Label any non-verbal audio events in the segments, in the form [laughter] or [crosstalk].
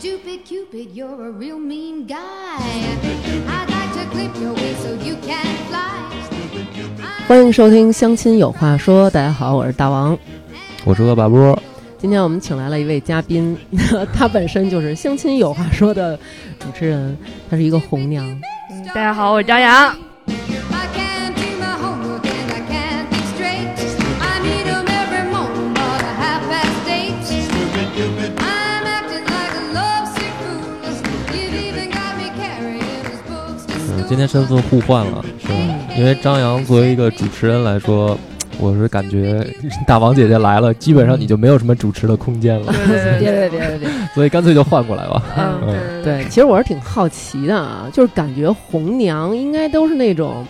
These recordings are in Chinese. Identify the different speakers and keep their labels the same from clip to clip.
Speaker 1: Cupid, Cupid, you're a real mean guy. I'd like to clip your wings so you can fly.
Speaker 2: 欢迎收听《相亲有话说》，大家好，我是大王。
Speaker 3: 我是恶霸波，
Speaker 2: 今天我们请来了一位嘉宾， [laughs] 他本身就是《相亲有话说》的主持人，她是一个红娘。
Speaker 4: 嗯大家好，我是张扬。
Speaker 1: I can't do my homework and I can't think straight. I meet 'em every morning, but a half past eight. I'm acting like a lovesick fool. You've even got me carrying his books to
Speaker 3: 嗯
Speaker 1: school.
Speaker 3: 今天身份互换了，是吧？因为张扬作为一个主持人来说，我是感觉大王姐姐来了，基本上你就没有什么主持的空间了，
Speaker 4: 对对对，
Speaker 2: 别别别别！
Speaker 3: [laughs] 所以干脆就换过来吧。
Speaker 4: 嗯
Speaker 3: 嗯
Speaker 4: 对对，
Speaker 2: 对，其实我是挺好奇的啊，就是感觉红娘应该都是那种。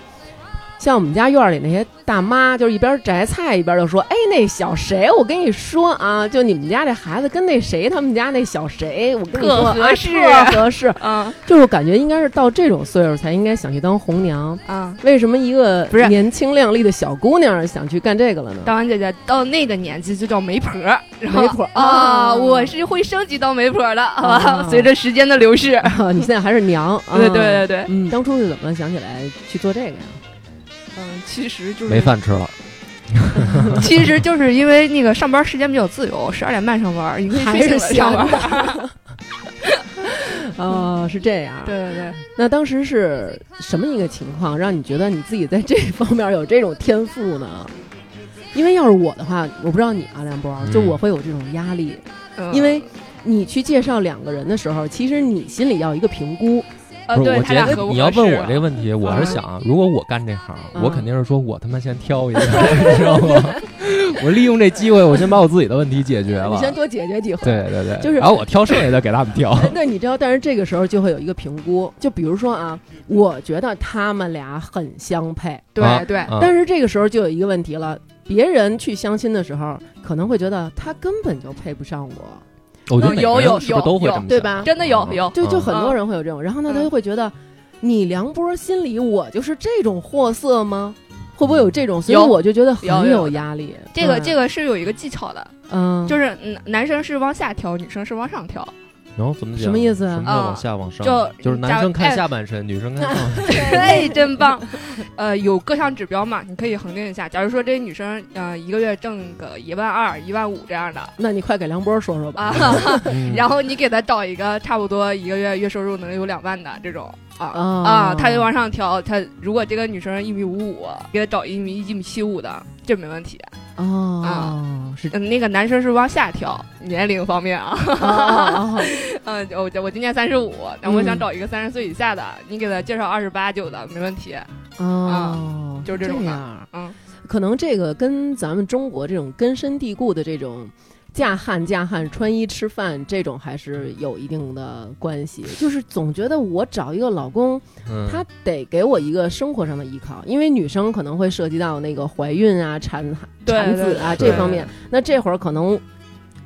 Speaker 2: 像我们家院儿里那些大妈，就是一边摘菜一边就说：“哎，那小谁，我跟你说啊，就你们家这孩子跟那谁他们家那小谁，我跟你说
Speaker 4: 特合
Speaker 2: 啊
Speaker 4: 适
Speaker 2: 特合适。
Speaker 4: 嗯”
Speaker 2: 就是我感觉应该是到这种岁数才应该想去当红娘，
Speaker 4: 嗯，
Speaker 2: 为什么一个
Speaker 4: 不是
Speaker 2: 年轻靓丽的小姑娘想去干这个了呢？
Speaker 4: 大王姐姐到那个年纪就叫媒婆，啊然后
Speaker 2: 媒婆
Speaker 4: 啊，
Speaker 2: 哦
Speaker 4: 我是会升级到媒婆的，好吧？
Speaker 2: 哦
Speaker 4: 随着时间的流逝，
Speaker 2: 啊你现在还是娘，啊
Speaker 4: [laughs] 对对对对，
Speaker 2: 嗯，当初是怎么想起来去做这个呀？
Speaker 4: 嗯，其实就是
Speaker 3: 没，饭吃了，
Speaker 4: 其实就是因为那个上班时间比较自由，十二点半上班，你可以
Speaker 2: 还
Speaker 4: 睡醒
Speaker 2: 是
Speaker 4: 了上班。 [laughs]
Speaker 2: 班。哦，是这样。
Speaker 4: 嗯对对对，
Speaker 2: 那当时是什么一个情况，让你觉得你自己在这方面有这种天赋呢？因为要是我的话，我不知道你啊，梁波，
Speaker 3: 嗯
Speaker 2: 就我会有这种压力，
Speaker 4: 嗯
Speaker 2: 因为你去介绍两个人的时候，其实你心里要一个评估，
Speaker 4: 呃，
Speaker 3: 不是？
Speaker 4: 对
Speaker 3: 我
Speaker 4: 他
Speaker 3: 觉
Speaker 4: 俩
Speaker 3: 得
Speaker 4: 合不
Speaker 3: 你
Speaker 4: 合
Speaker 3: 要
Speaker 4: 适
Speaker 3: 问我
Speaker 4: 啊
Speaker 3: 这个问题，我是想，啊如果我干这行，
Speaker 2: 嗯
Speaker 3: 我肯定是说我他妈先挑一个， [laughs] 你知道吗？ [laughs] 我利用这机会，我先把我自己的问题解决
Speaker 2: 你
Speaker 3: 了。
Speaker 2: 先多解决几回。
Speaker 3: 对对对，
Speaker 2: 就是
Speaker 3: 然后我挑剩下的给他们挑。
Speaker 2: [laughs] 哎对，你知道，但是这个时候就会有一个评估，就比如说啊，我觉得他们俩很相配，
Speaker 3: 啊
Speaker 4: 对对，
Speaker 3: 嗯
Speaker 2: 但是这个时候就有一个问题了，别人去相亲的时候可能会觉得他根本就配不上我，
Speaker 3: 我觉得每
Speaker 4: 有
Speaker 3: 个人
Speaker 4: 有
Speaker 3: 是不是都会
Speaker 4: 有
Speaker 3: 这么想
Speaker 2: 对吧
Speaker 4: 真的有有
Speaker 2: 就就
Speaker 3: 嗯
Speaker 2: 很多人会有这种，然后呢，
Speaker 4: 嗯
Speaker 2: 他就会觉得你梁波心里我就是这种货色吗？会不会有这种？所以
Speaker 4: 有
Speaker 2: 我就觉得很
Speaker 4: 有有有
Speaker 2: 压力。
Speaker 4: 这个
Speaker 2: 对
Speaker 4: 这，个是有一个技巧的，
Speaker 2: 嗯，
Speaker 4: 就是是嗯男生是往下挑，女生是往上挑。
Speaker 3: 然后怎么讲
Speaker 2: 什么意思啊
Speaker 3: 什么叫往下往上？
Speaker 4: 哦就
Speaker 3: 就是男生
Speaker 4: 假如
Speaker 3: 看
Speaker 4: 哎
Speaker 3: 下半身，女生看上
Speaker 4: [laughs]
Speaker 3: 半身。
Speaker 4: 哎，真棒！呃，有各项指标嘛，你可以恒定一下。假如说这女生，呃，一个月挣个一万二、一万五这样的
Speaker 2: 那你快给梁波说说吧。 [laughs]
Speaker 4: 啊，
Speaker 3: 嗯
Speaker 4: 然后你给她找一个差不多一个月月收入能有两万的这种啊
Speaker 2: 啊
Speaker 4: 啊，她就往上调。她如果这个女生一米五五，给她找一米一米七五的，这没问题。啊
Speaker 2: 哦，是
Speaker 4: 嗯，那个男生是往下调，年龄方面啊， [laughs]
Speaker 2: 哦哦哦
Speaker 4: 嗯，我我今年三十五，但我想
Speaker 2: 嗯
Speaker 4: 找一个三十岁以下的，你给她介绍二十八九的没问题。
Speaker 2: 哦哦，
Speaker 4: 就是这种的
Speaker 2: 样。
Speaker 4: 嗯， [laughs]
Speaker 2: 可能这个跟咱们中国这种根深蒂固的这种。嫁汉嫁汉，穿衣吃饭这种还是有一定的关系，就是总觉得我找一个老公，
Speaker 3: 嗯
Speaker 2: 他得给我一个生活上的依靠，因为女生可能会涉及到那个怀孕啊、产
Speaker 4: 对
Speaker 2: 产子啊
Speaker 3: 对
Speaker 2: 这方面。那这会儿可能，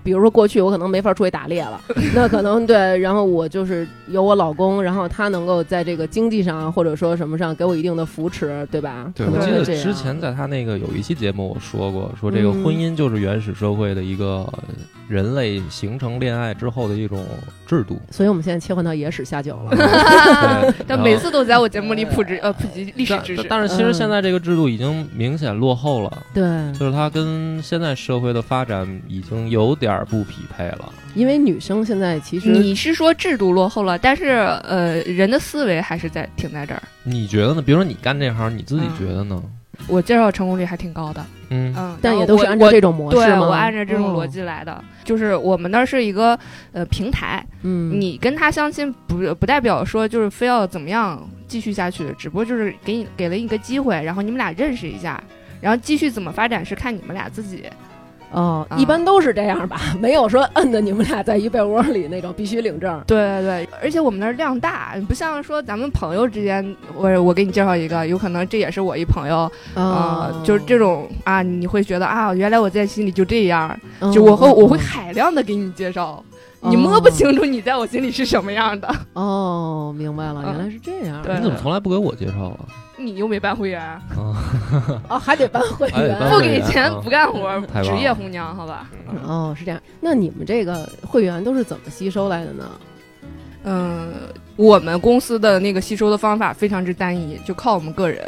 Speaker 2: 比如说过去我可能没法出去打猎
Speaker 4: [laughs]
Speaker 2: 了，那可能对，然后我就是有我老公，然后他能够在这个经济上啊或者说什么上给我一定的扶持，对吧？
Speaker 3: 对，
Speaker 2: 可
Speaker 3: 我
Speaker 2: 能
Speaker 3: 记
Speaker 2: 会
Speaker 3: 得
Speaker 2: 这样
Speaker 3: 之前在他那个有一期节目我说过，说这个
Speaker 2: 嗯
Speaker 3: 婚姻就是原始社会的一个呃人类形成恋爱之后的一种制
Speaker 4: [laughs]
Speaker 3: 度。嗯
Speaker 2: 所以我们现在切换到野史下酒了。
Speaker 3: 对
Speaker 4: 他
Speaker 3: 然后
Speaker 4: 每次都在我节目里普及呃普及历史知识
Speaker 3: 但。但是
Speaker 4: 嗯
Speaker 3: 其实现在这个制度已经明显落后了，
Speaker 2: 对，
Speaker 3: 就是它跟现在社会的发展已经有点儿不匹配了。
Speaker 2: 因为女生现在其实
Speaker 4: 你是说制度落后了，但是呃，人的思维还是在停在这儿。
Speaker 3: 你觉得呢？比如说你干这行，你自己
Speaker 4: 嗯
Speaker 3: 觉得呢？
Speaker 4: 我介绍成功率还挺高的，
Speaker 3: 嗯，
Speaker 4: 嗯，
Speaker 2: 但
Speaker 4: 然后
Speaker 2: 也都是
Speaker 4: 我
Speaker 2: 按照
Speaker 4: 我
Speaker 2: 这种模式
Speaker 4: 对
Speaker 2: 吗？
Speaker 4: 我按照这种
Speaker 2: 哦
Speaker 4: 逻，辑来的，就是我们那儿是一个呃平台，
Speaker 2: 嗯，
Speaker 4: 你跟他相亲不不代表说就是非要怎么样继续下去，只不过就是给你给了你一个机会，然后你们俩认识一下，然后继续怎么发展是看你们俩自己。
Speaker 2: 哦，
Speaker 4: 啊
Speaker 2: 一般都是这样吧， [laughs] 没有说摁的你们俩在一被窝里那种必须领证。
Speaker 4: 对对对，而且我们那儿量大，不像说咱们朋友之间，我我给你介绍一个，有可能这也是我一朋友
Speaker 3: 哦
Speaker 4: 啊、就是这种啊，你会觉得啊，原来我在心里就这样，
Speaker 3: 哦
Speaker 2: 嗯，
Speaker 4: 就我会
Speaker 2: 嗯
Speaker 4: 我会海量的给你介绍，你摸
Speaker 2: 嗯
Speaker 4: 不。清楚你在我心里是什么样的， [laughs]
Speaker 2: [laughs] 哦，明白了，原来是这样。
Speaker 4: 对
Speaker 3: 你怎么从来不给我介绍啊？
Speaker 4: 你又没办会员，
Speaker 3: 啊，
Speaker 2: 哦，还得办会
Speaker 3: 还得
Speaker 2: 员。
Speaker 3: 办
Speaker 4: 不
Speaker 3: 会
Speaker 4: 给
Speaker 3: 员
Speaker 4: 钱
Speaker 3: 啊
Speaker 4: 不干活儿
Speaker 3: 太，棒
Speaker 4: [laughs] 职
Speaker 3: 了
Speaker 4: 业红娘，好吧？
Speaker 2: 哦，是这样。那你们这个会员都是怎么吸收来的呢？
Speaker 4: 嗯、我们公司的那个吸收的方法非常之单一，就靠我们个人，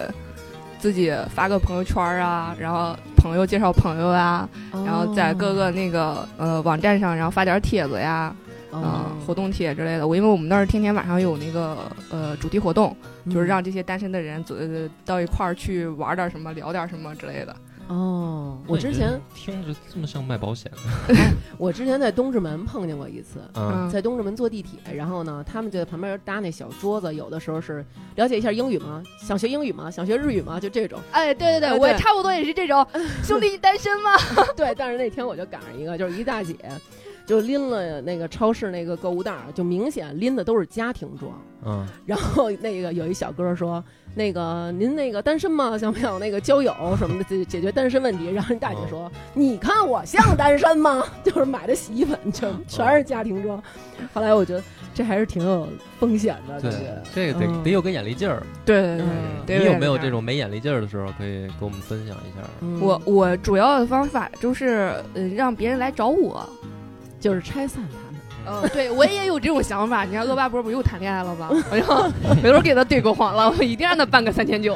Speaker 4: 自己发个朋友圈儿啊，然后朋友介绍朋友啊，然后在各个那个呃网站上，然后发点儿帖子呀，
Speaker 2: 哦
Speaker 4: 嗯、活动帖之类的。我因为我们那儿天天晚上有那个呃主题活动，就是让这些单身的人走呃到一块儿去玩点儿什么，聊点儿什么之类的。
Speaker 2: 哦，我之前
Speaker 3: 听着这么像卖保险的，
Speaker 2: 我之前在东直门碰见过一次，
Speaker 3: 嗯，
Speaker 2: 在东直门坐地铁，然后呢，他们就在旁边搭那小桌子，有的时候是了解一下英语吗？想学英语吗？想学日语吗？就这种。
Speaker 4: 哎，对对
Speaker 2: 哎
Speaker 4: 对，我
Speaker 2: 对
Speaker 4: 差不多也是这种。兄弟，你单身吗？
Speaker 2: 对，但是那天我就赶上一个，就是一大姐，就拎了那个超市那个购物袋儿，就明显拎的都是家庭装。
Speaker 3: 嗯，
Speaker 2: 然后那个有一小哥说：“那个您那个单身吗？ [laughs] 想不想那个交友什么的解解决单身问题？”然后人大姐说：“你看我像单身吗？” [laughs] 就是买的洗衣粉全全是家庭装。后来我觉得这还是挺有风险的，
Speaker 3: 对
Speaker 2: 这个，
Speaker 3: 这个得
Speaker 2: 嗯
Speaker 3: 得有个眼力劲儿。
Speaker 4: 对对
Speaker 2: 嗯
Speaker 4: 对对，
Speaker 3: 你有没有这种没眼力劲儿的时候，可以给我们分享一下？
Speaker 2: 嗯
Speaker 4: 我我主要的方法就是，呃，让别人来找我。
Speaker 2: 就是拆散他们。
Speaker 4: 嗯，对我也有这种想法。你看，恶霸波不又谈恋爱了 [laughs] 吗？哎然后回头给他对过谎了，我一定让他办个三千九，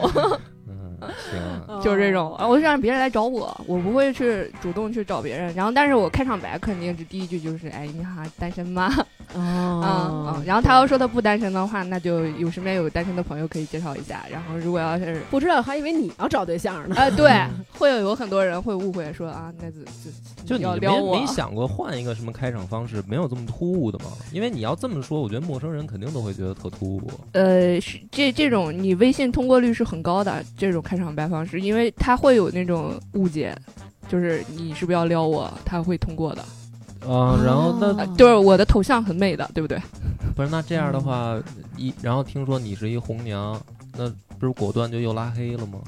Speaker 3: 嗯， [laughs] 行，
Speaker 4: 就是这种。啊然后我就让别人来找我，我不会去主动去找别人。然后，但是我开场白肯定是第一句就是，哎，你好，单身吗？
Speaker 2: 哦
Speaker 4: [laughs] 嗯，嗯。然后他要说他不单身的话，那就有身边有单身的朋友可以介绍一下。然后，如果要是
Speaker 2: 不知道，还以为你要找对象呢。
Speaker 4: 啊，对，会有很多人会误会说啊，那这这
Speaker 3: 嗯就你
Speaker 4: 要
Speaker 3: 没
Speaker 4: 撩我啊
Speaker 3: 没想过换一个什么开场方式，没有这么突兀的吗？因为你要这么说，我觉得陌生人肯定都会觉得特突兀。
Speaker 4: 呃，是这这种你微信通过率是很高的这种开场白方式，因为它会有那种误解，就是你是不是要撩我，他会通过的。
Speaker 3: 啊，然后那
Speaker 4: 呃
Speaker 2: 哦
Speaker 4: 就是我的头像很美的，对不对？
Speaker 3: 不是那这样的话，一然后听说你是一红娘，那不是果断就又拉黑了吗？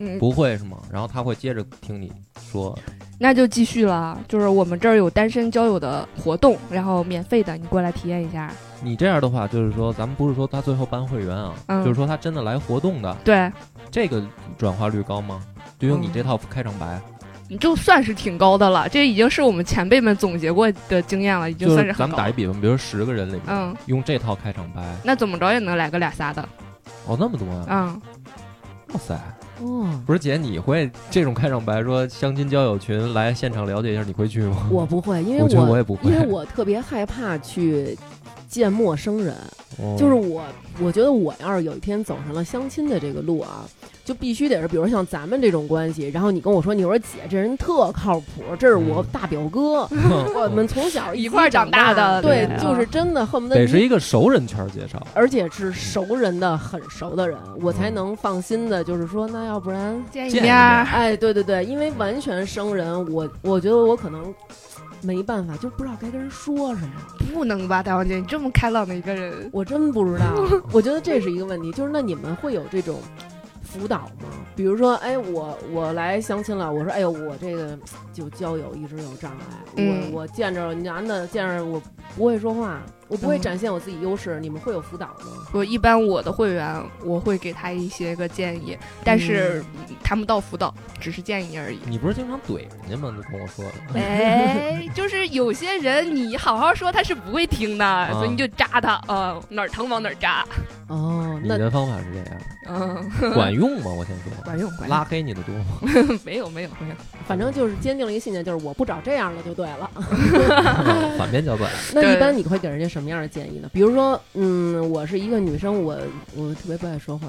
Speaker 4: 嗯，
Speaker 3: 不会是吗？然后他会接着听你说，
Speaker 4: 那就继续了。就是我们这儿有单身交友的活动，然后免费的，你过来体验一下。
Speaker 3: 你这样的话，就是说咱们不是说他最后办会员啊，
Speaker 4: 嗯
Speaker 3: 就是说他真的来活动的，
Speaker 4: 对，
Speaker 3: 这个转化率高吗？就
Speaker 4: 嗯
Speaker 3: 用你这套开场白，
Speaker 4: 你就算是挺高的了，这已经是我们前辈们总结过的经验了，已经
Speaker 3: 就
Speaker 4: 算
Speaker 3: 是咱
Speaker 4: 很
Speaker 3: 们
Speaker 4: 高
Speaker 3: 打一
Speaker 4: 了。
Speaker 3: 比方，比如十个人里面，
Speaker 4: 嗯，
Speaker 3: 用这套开场白，
Speaker 4: 那怎么着也能来个俩仨的。
Speaker 3: 哦，那么多啊！
Speaker 4: 嗯，
Speaker 3: 哇塞，
Speaker 2: 哦，
Speaker 3: 不是姐，你会这种开场白说相亲交友群来现场了解一下，你会去吗？
Speaker 2: 我不会， [laughs] 因为
Speaker 3: 我觉得我也不会
Speaker 2: 因为我特别害怕去见陌生人。
Speaker 3: 哦
Speaker 2: 就是我，我觉得我要是有一天走上了相亲的这个路啊，就必须得是，比如像咱们这种关系，然后你跟我说，你说姐，这人特靠谱，这是我
Speaker 3: 嗯
Speaker 2: 大表哥，
Speaker 3: [laughs]
Speaker 2: 我们从小
Speaker 4: 一
Speaker 2: 起
Speaker 4: 块儿长
Speaker 2: 大
Speaker 4: 大的
Speaker 2: 对
Speaker 3: 对，啊
Speaker 2: 就是真的恨不得
Speaker 3: 得是
Speaker 2: 你
Speaker 3: 一个熟人圈介绍。
Speaker 2: 而且是熟人的很熟的人，我才能放心的，就是说，那要不然，
Speaker 4: 见
Speaker 3: 见一
Speaker 2: [laughs]
Speaker 3: 面
Speaker 4: 面儿。
Speaker 2: 哎，对对对，因为完全生人，我我觉得我可能没办法，就不知道该跟人说什么。
Speaker 4: 不能吧，大王姐，你这么开朗的一个人，
Speaker 2: 我真不知 [laughs] 道，我觉得这是一个问题，就是那你们会有这种辅导吗？比如说，哎，我我来相亲了，我说，哎呦，我这个就交友一直有障碍，
Speaker 4: 嗯
Speaker 2: 我我见着男的见着我不会说话，我不会
Speaker 4: 嗯
Speaker 2: 展现我自己优势，你们会有辅导吗？
Speaker 4: 我一般我的会员我会给他一些个建议，但是谈不到辅导，只是建议而已。
Speaker 3: 你不是经常怼人家吗？你跟我说的，
Speaker 4: 哎，就是有些人你好好说他是不会听的，所以你就扎他，呃，哪儿疼往哪儿扎，
Speaker 2: 哦，
Speaker 3: 你
Speaker 2: 那
Speaker 3: 的方法是这样，
Speaker 4: 嗯，
Speaker 3: 管用吗？我先说，
Speaker 4: [laughs] 管用管用，
Speaker 3: 拉黑你的多吗？
Speaker 4: [laughs]
Speaker 3: [laughs]
Speaker 4: 没有没有没有，
Speaker 2: 反正就是坚定了一个信念，就是我不找这样的就对了。
Speaker 3: 反面教材，
Speaker 2: 那
Speaker 4: 对
Speaker 2: 一般你会给人家什么样的建议呢？比如说，嗯，我是一个女生，我我特别不爱说话，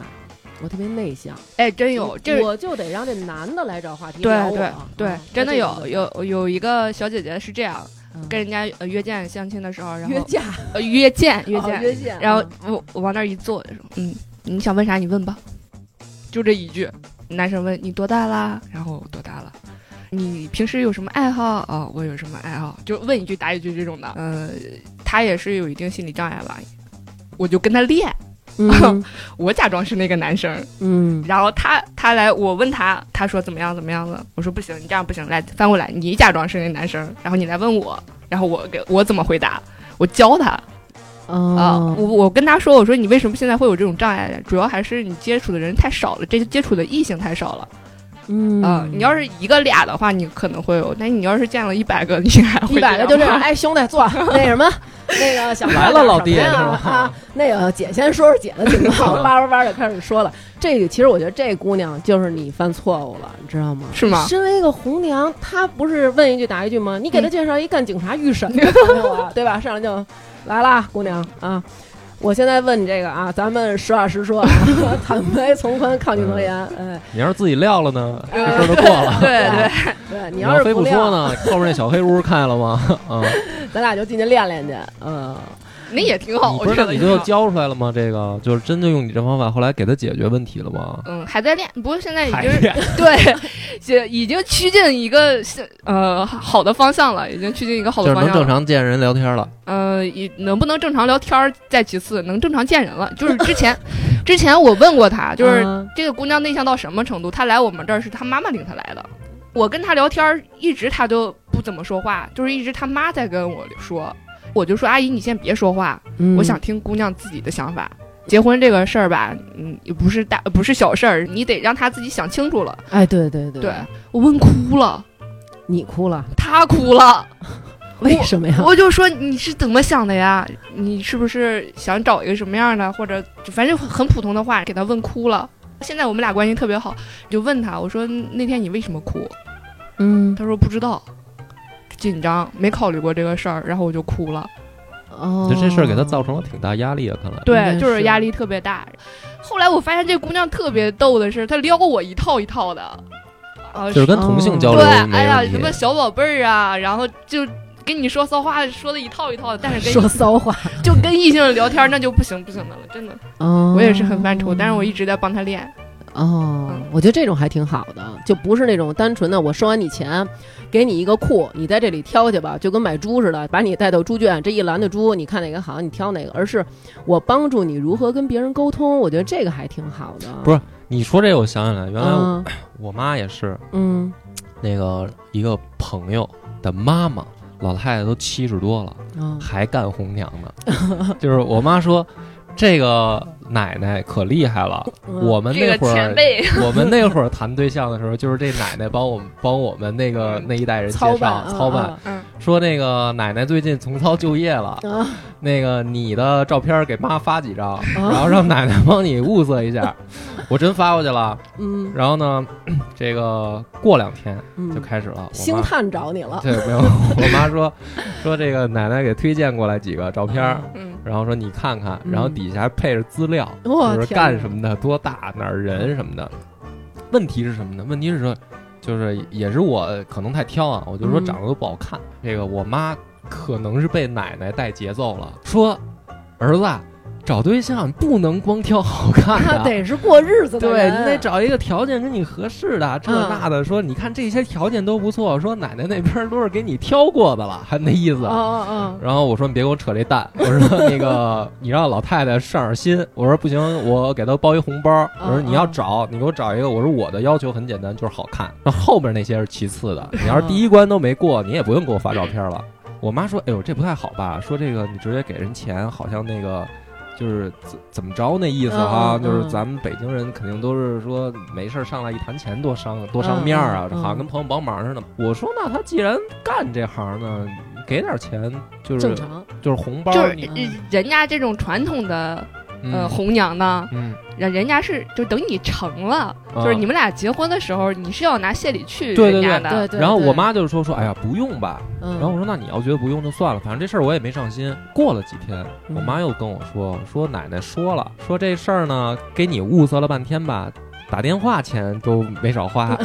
Speaker 2: 我特别内向。
Speaker 4: 哎，真有，这
Speaker 2: 我就得让这男的来找话题聊
Speaker 4: 对
Speaker 2: 我
Speaker 4: 对
Speaker 2: 啊
Speaker 4: 嗯对
Speaker 2: 啊，
Speaker 4: 真的
Speaker 2: 那这
Speaker 4: 有
Speaker 2: 个
Speaker 4: 有有一个小姐姐是这样，
Speaker 2: 嗯
Speaker 4: 跟人家呃约见相亲的时候，然
Speaker 2: 约
Speaker 4: 后
Speaker 2: 架
Speaker 4: 呃约见约
Speaker 2: 哦
Speaker 4: 见
Speaker 2: 约见，
Speaker 4: 然后
Speaker 2: 嗯
Speaker 4: 我我往那儿一坐，就说嗯，你想问啥你问吧，就这一句。男生问你多大啦，然后多大了，你平时有什么爱好啊、我有什么爱好，就问一句答一句这种的。呃，他也是有一定心理障碍吧，我就跟他练，
Speaker 2: 嗯
Speaker 4: 我假装是那个男生，
Speaker 2: 嗯
Speaker 4: 然后他他来我问他，他说怎么样怎么样的，我说不行，你这样不行，来翻过来，你假装是那男生，然后你来问我，然后我给我怎么回答，我教他。啊、
Speaker 2: 哦
Speaker 4: 我我跟他说，我说你为什么现在会有这种障碍？主要还是你接触的人太少了，这接触的异性太少了
Speaker 2: 嗯
Speaker 4: 啊、你要是一个俩 [laughs] 的话，你可能会有；但你要是见了一百个，你还会
Speaker 2: 一百个就这样，
Speaker 4: 样吗。 [laughs]
Speaker 2: 哎，兄弟，坐那什么，那个想
Speaker 3: 来了老弟
Speaker 2: 啊
Speaker 3: 是吧
Speaker 2: 啊，那个姐先说说姐的情
Speaker 3: [laughs]
Speaker 2: 况，叭叭叭就开始说了。这个其实我觉得这姑娘就是你犯错误了，你知道吗？
Speaker 4: 是吗
Speaker 2: 身为一个红娘，她不是问一句答一句吗？你
Speaker 4: 嗯
Speaker 2: 给她介绍一干警察预
Speaker 4: [laughs]
Speaker 2: 审的朋友啊，对吧？上来就来啦，姑娘啊。我现在问你这个啊，咱们实话实说啊， [laughs] 坦白从宽，抗拒从严。哎，
Speaker 3: 你要是自己撂了呢，这事儿就过了。
Speaker 4: 呃
Speaker 3: 啊
Speaker 4: 对对，
Speaker 2: 对，你
Speaker 3: 你
Speaker 2: 要
Speaker 3: 要
Speaker 2: 是
Speaker 3: 非不
Speaker 2: 亮
Speaker 3: 说，呢，后面那小黑屋看见了吗？ [laughs] 啊，
Speaker 2: 咱俩就进去练练去。嗯，
Speaker 4: 那也挺好，
Speaker 3: 你
Speaker 4: 哦我
Speaker 3: 不是
Speaker 4: 觉
Speaker 3: 那
Speaker 4: 得
Speaker 3: 你
Speaker 4: 挺
Speaker 3: 就
Speaker 4: 好
Speaker 3: 教出来了吗？这个就是真就用你这方法，后来给他解决问题了吗？
Speaker 4: 嗯，还在练，不过现在已
Speaker 3: 还
Speaker 4: 经是 [laughs] 对，现已经趋近一个是呃好的方向了，已经趋近一个好
Speaker 3: 就是
Speaker 4: 的方
Speaker 3: 能
Speaker 4: 向
Speaker 3: 正
Speaker 4: 了。
Speaker 3: 常见人聊天了，
Speaker 4: 呃，也能不能正常聊天儿再其次，能正常见人了。就是之前，之前我问过她，就是
Speaker 2: 嗯
Speaker 4: 这个姑娘内向到什么程度？她来我们这儿是她妈妈领她来的。我跟她聊天儿，一直她都不怎么说话，就是一直她妈在跟我说。我就说阿姨，你先别说话，
Speaker 2: 嗯
Speaker 4: 我想听姑娘自己的想法。结婚这个事儿吧，嗯，也不是大，不是小事儿，你得让她自己想清楚了。
Speaker 2: 哎，对对对
Speaker 4: 对我问哭了，
Speaker 2: 你哭了，
Speaker 4: 她哭了，
Speaker 2: 为什
Speaker 4: [laughs]
Speaker 2: 么呀？
Speaker 4: 我就说你是怎么想的呀？你是不是想找一个什么样的，或者反正很普通的话给她问哭了。现在我们俩关系特别好，就问她，我说那天你为什么哭？
Speaker 2: 嗯，
Speaker 4: 她说不知道，紧张，没考虑过这个事儿，然后我就哭了。
Speaker 2: 哦
Speaker 3: 就这事儿给他造成了挺大压力啊，看来。
Speaker 2: 应该
Speaker 4: 对，就是
Speaker 2: 是
Speaker 4: 压力特别大。后来我发现这姑娘特别逗的是，她撩我一套一套的，啊，
Speaker 3: 就是跟同性交流
Speaker 4: 对，
Speaker 3: 没
Speaker 4: 哎呀，
Speaker 3: 问题
Speaker 4: 什么小宝贝儿啊，然后就跟你说骚话，说的一套一套的，但是跟
Speaker 2: 说骚话。
Speaker 4: 就跟异性聊天儿那就不行不行的了，真的。
Speaker 2: 哦
Speaker 4: 我也是很犯愁，但是我一直在帮他练。
Speaker 3: 啊
Speaker 2: 哦，我觉得这种还挺好的，就不是那种单纯的我收完你钱，给你一个库，你在这里挑去吧，就跟买猪似的，把你带到猪圈，这一栏的猪，你看哪个好，你挑哪个，而是我帮助你如何跟别人沟通，我觉得这个还挺好的。
Speaker 3: 不是你说这，我想起来，原来我
Speaker 2: 嗯
Speaker 3: 我妈也是
Speaker 2: 嗯
Speaker 3: 那个一个朋友的妈妈，老太太都七十多了，
Speaker 2: 嗯
Speaker 3: 还干红娘呢。 [laughs] 就是我妈说，这个奶奶可厉害了，
Speaker 2: 嗯
Speaker 3: 我们那会儿。
Speaker 4: 辈
Speaker 3: [laughs]
Speaker 4: [laughs]
Speaker 3: 我们那会儿谈对象的时候，就是这奶奶帮我们帮我们那个那一代人
Speaker 2: 嗯
Speaker 3: 介
Speaker 2: 操
Speaker 3: 绍
Speaker 2: 办啊嗯
Speaker 3: 操办，
Speaker 4: 嗯
Speaker 3: 说那个奶奶最近重操旧业了，
Speaker 2: 啊
Speaker 3: 那个你的照片给妈发几张，
Speaker 2: 嗯
Speaker 3: 然后让奶奶帮你物色一下。我真发过去了，
Speaker 2: 嗯
Speaker 3: 然后呢， [clears throat] 这个过两天就
Speaker 2: 嗯，
Speaker 3: 开始了。我
Speaker 2: 星
Speaker 3: 妈
Speaker 2: 探找你了，
Speaker 3: 对，没有， [laughs] 我妈说说这个奶奶给推荐过来几个照片儿。
Speaker 4: 嗯，
Speaker 3: 然后说你看看，
Speaker 2: 嗯
Speaker 3: 然后底下还配着资料，
Speaker 2: 哇
Speaker 3: 就是
Speaker 2: 天哪
Speaker 3: 干什么的，多大，哪儿人什么的。问题是什么呢？问题是说，就是也是我可能太挑啊，我就说
Speaker 2: 嗯
Speaker 3: 长得都不好看。这个我妈可能是被奶奶带节奏了，说儿子找对象不能光挑好看
Speaker 2: 他
Speaker 3: 的。
Speaker 2: [laughs] 得啊是过日子的
Speaker 3: 对
Speaker 2: 人，
Speaker 3: 你得找一个条件跟你合适的，这
Speaker 2: 嗯
Speaker 3: 那的。说你看这些条件都不错，说奶奶那边都是给你挑过的了，还那意思。啊
Speaker 2: 哦哦哦，
Speaker 3: 然后我说你别给我扯这蛋，我说
Speaker 2: [laughs]
Speaker 3: 那个你让老太太上点心。我说不行，我给她包一红包。我说
Speaker 2: 嗯
Speaker 3: 你要
Speaker 2: 嗯
Speaker 3: 找，你给我找一个。我说我的要求很简单，就是好看。那后边那些是其次的，你要
Speaker 2: 嗯
Speaker 3: 是第一关都没过，你也不用给我发照片了。我妈说，哎呦这不太好吧？说这个你直接给人钱，好像那个。就是怎怎么着那意思啊，
Speaker 2: 嗯嗯
Speaker 3: 就是
Speaker 2: 嗯
Speaker 3: 咱们北京人肯定都是说没事儿上来一谈钱多伤多伤面儿啊，
Speaker 2: 嗯嗯嗯
Speaker 3: 好像跟朋友帮忙似的。我说那他既然干这行呢，给点钱就是
Speaker 2: 正常，嗯
Speaker 3: 就是红包，
Speaker 4: 就是
Speaker 3: 你
Speaker 4: 人人家这种传统的呃
Speaker 3: 嗯
Speaker 4: 红娘呢，
Speaker 3: 嗯，
Speaker 4: 人人家是就等你成了，就是你
Speaker 3: 们。
Speaker 4: 们俩结婚的时候，你是要拿谢礼去
Speaker 3: 啊对对
Speaker 4: 人家
Speaker 2: 对
Speaker 4: 的。
Speaker 2: 啊对。
Speaker 3: 然后
Speaker 2: 对嗯
Speaker 3: 我，妈就是说说，哎呀，不用吧。
Speaker 2: 然
Speaker 3: 然后我说，那你要觉得不用就算了，反正这事儿我也没上心。过了几
Speaker 4: 嗯
Speaker 3: 天，我妈又跟我说，说奶奶说了，说这事儿呢，给你物色了半天吧，打电话钱都没少花。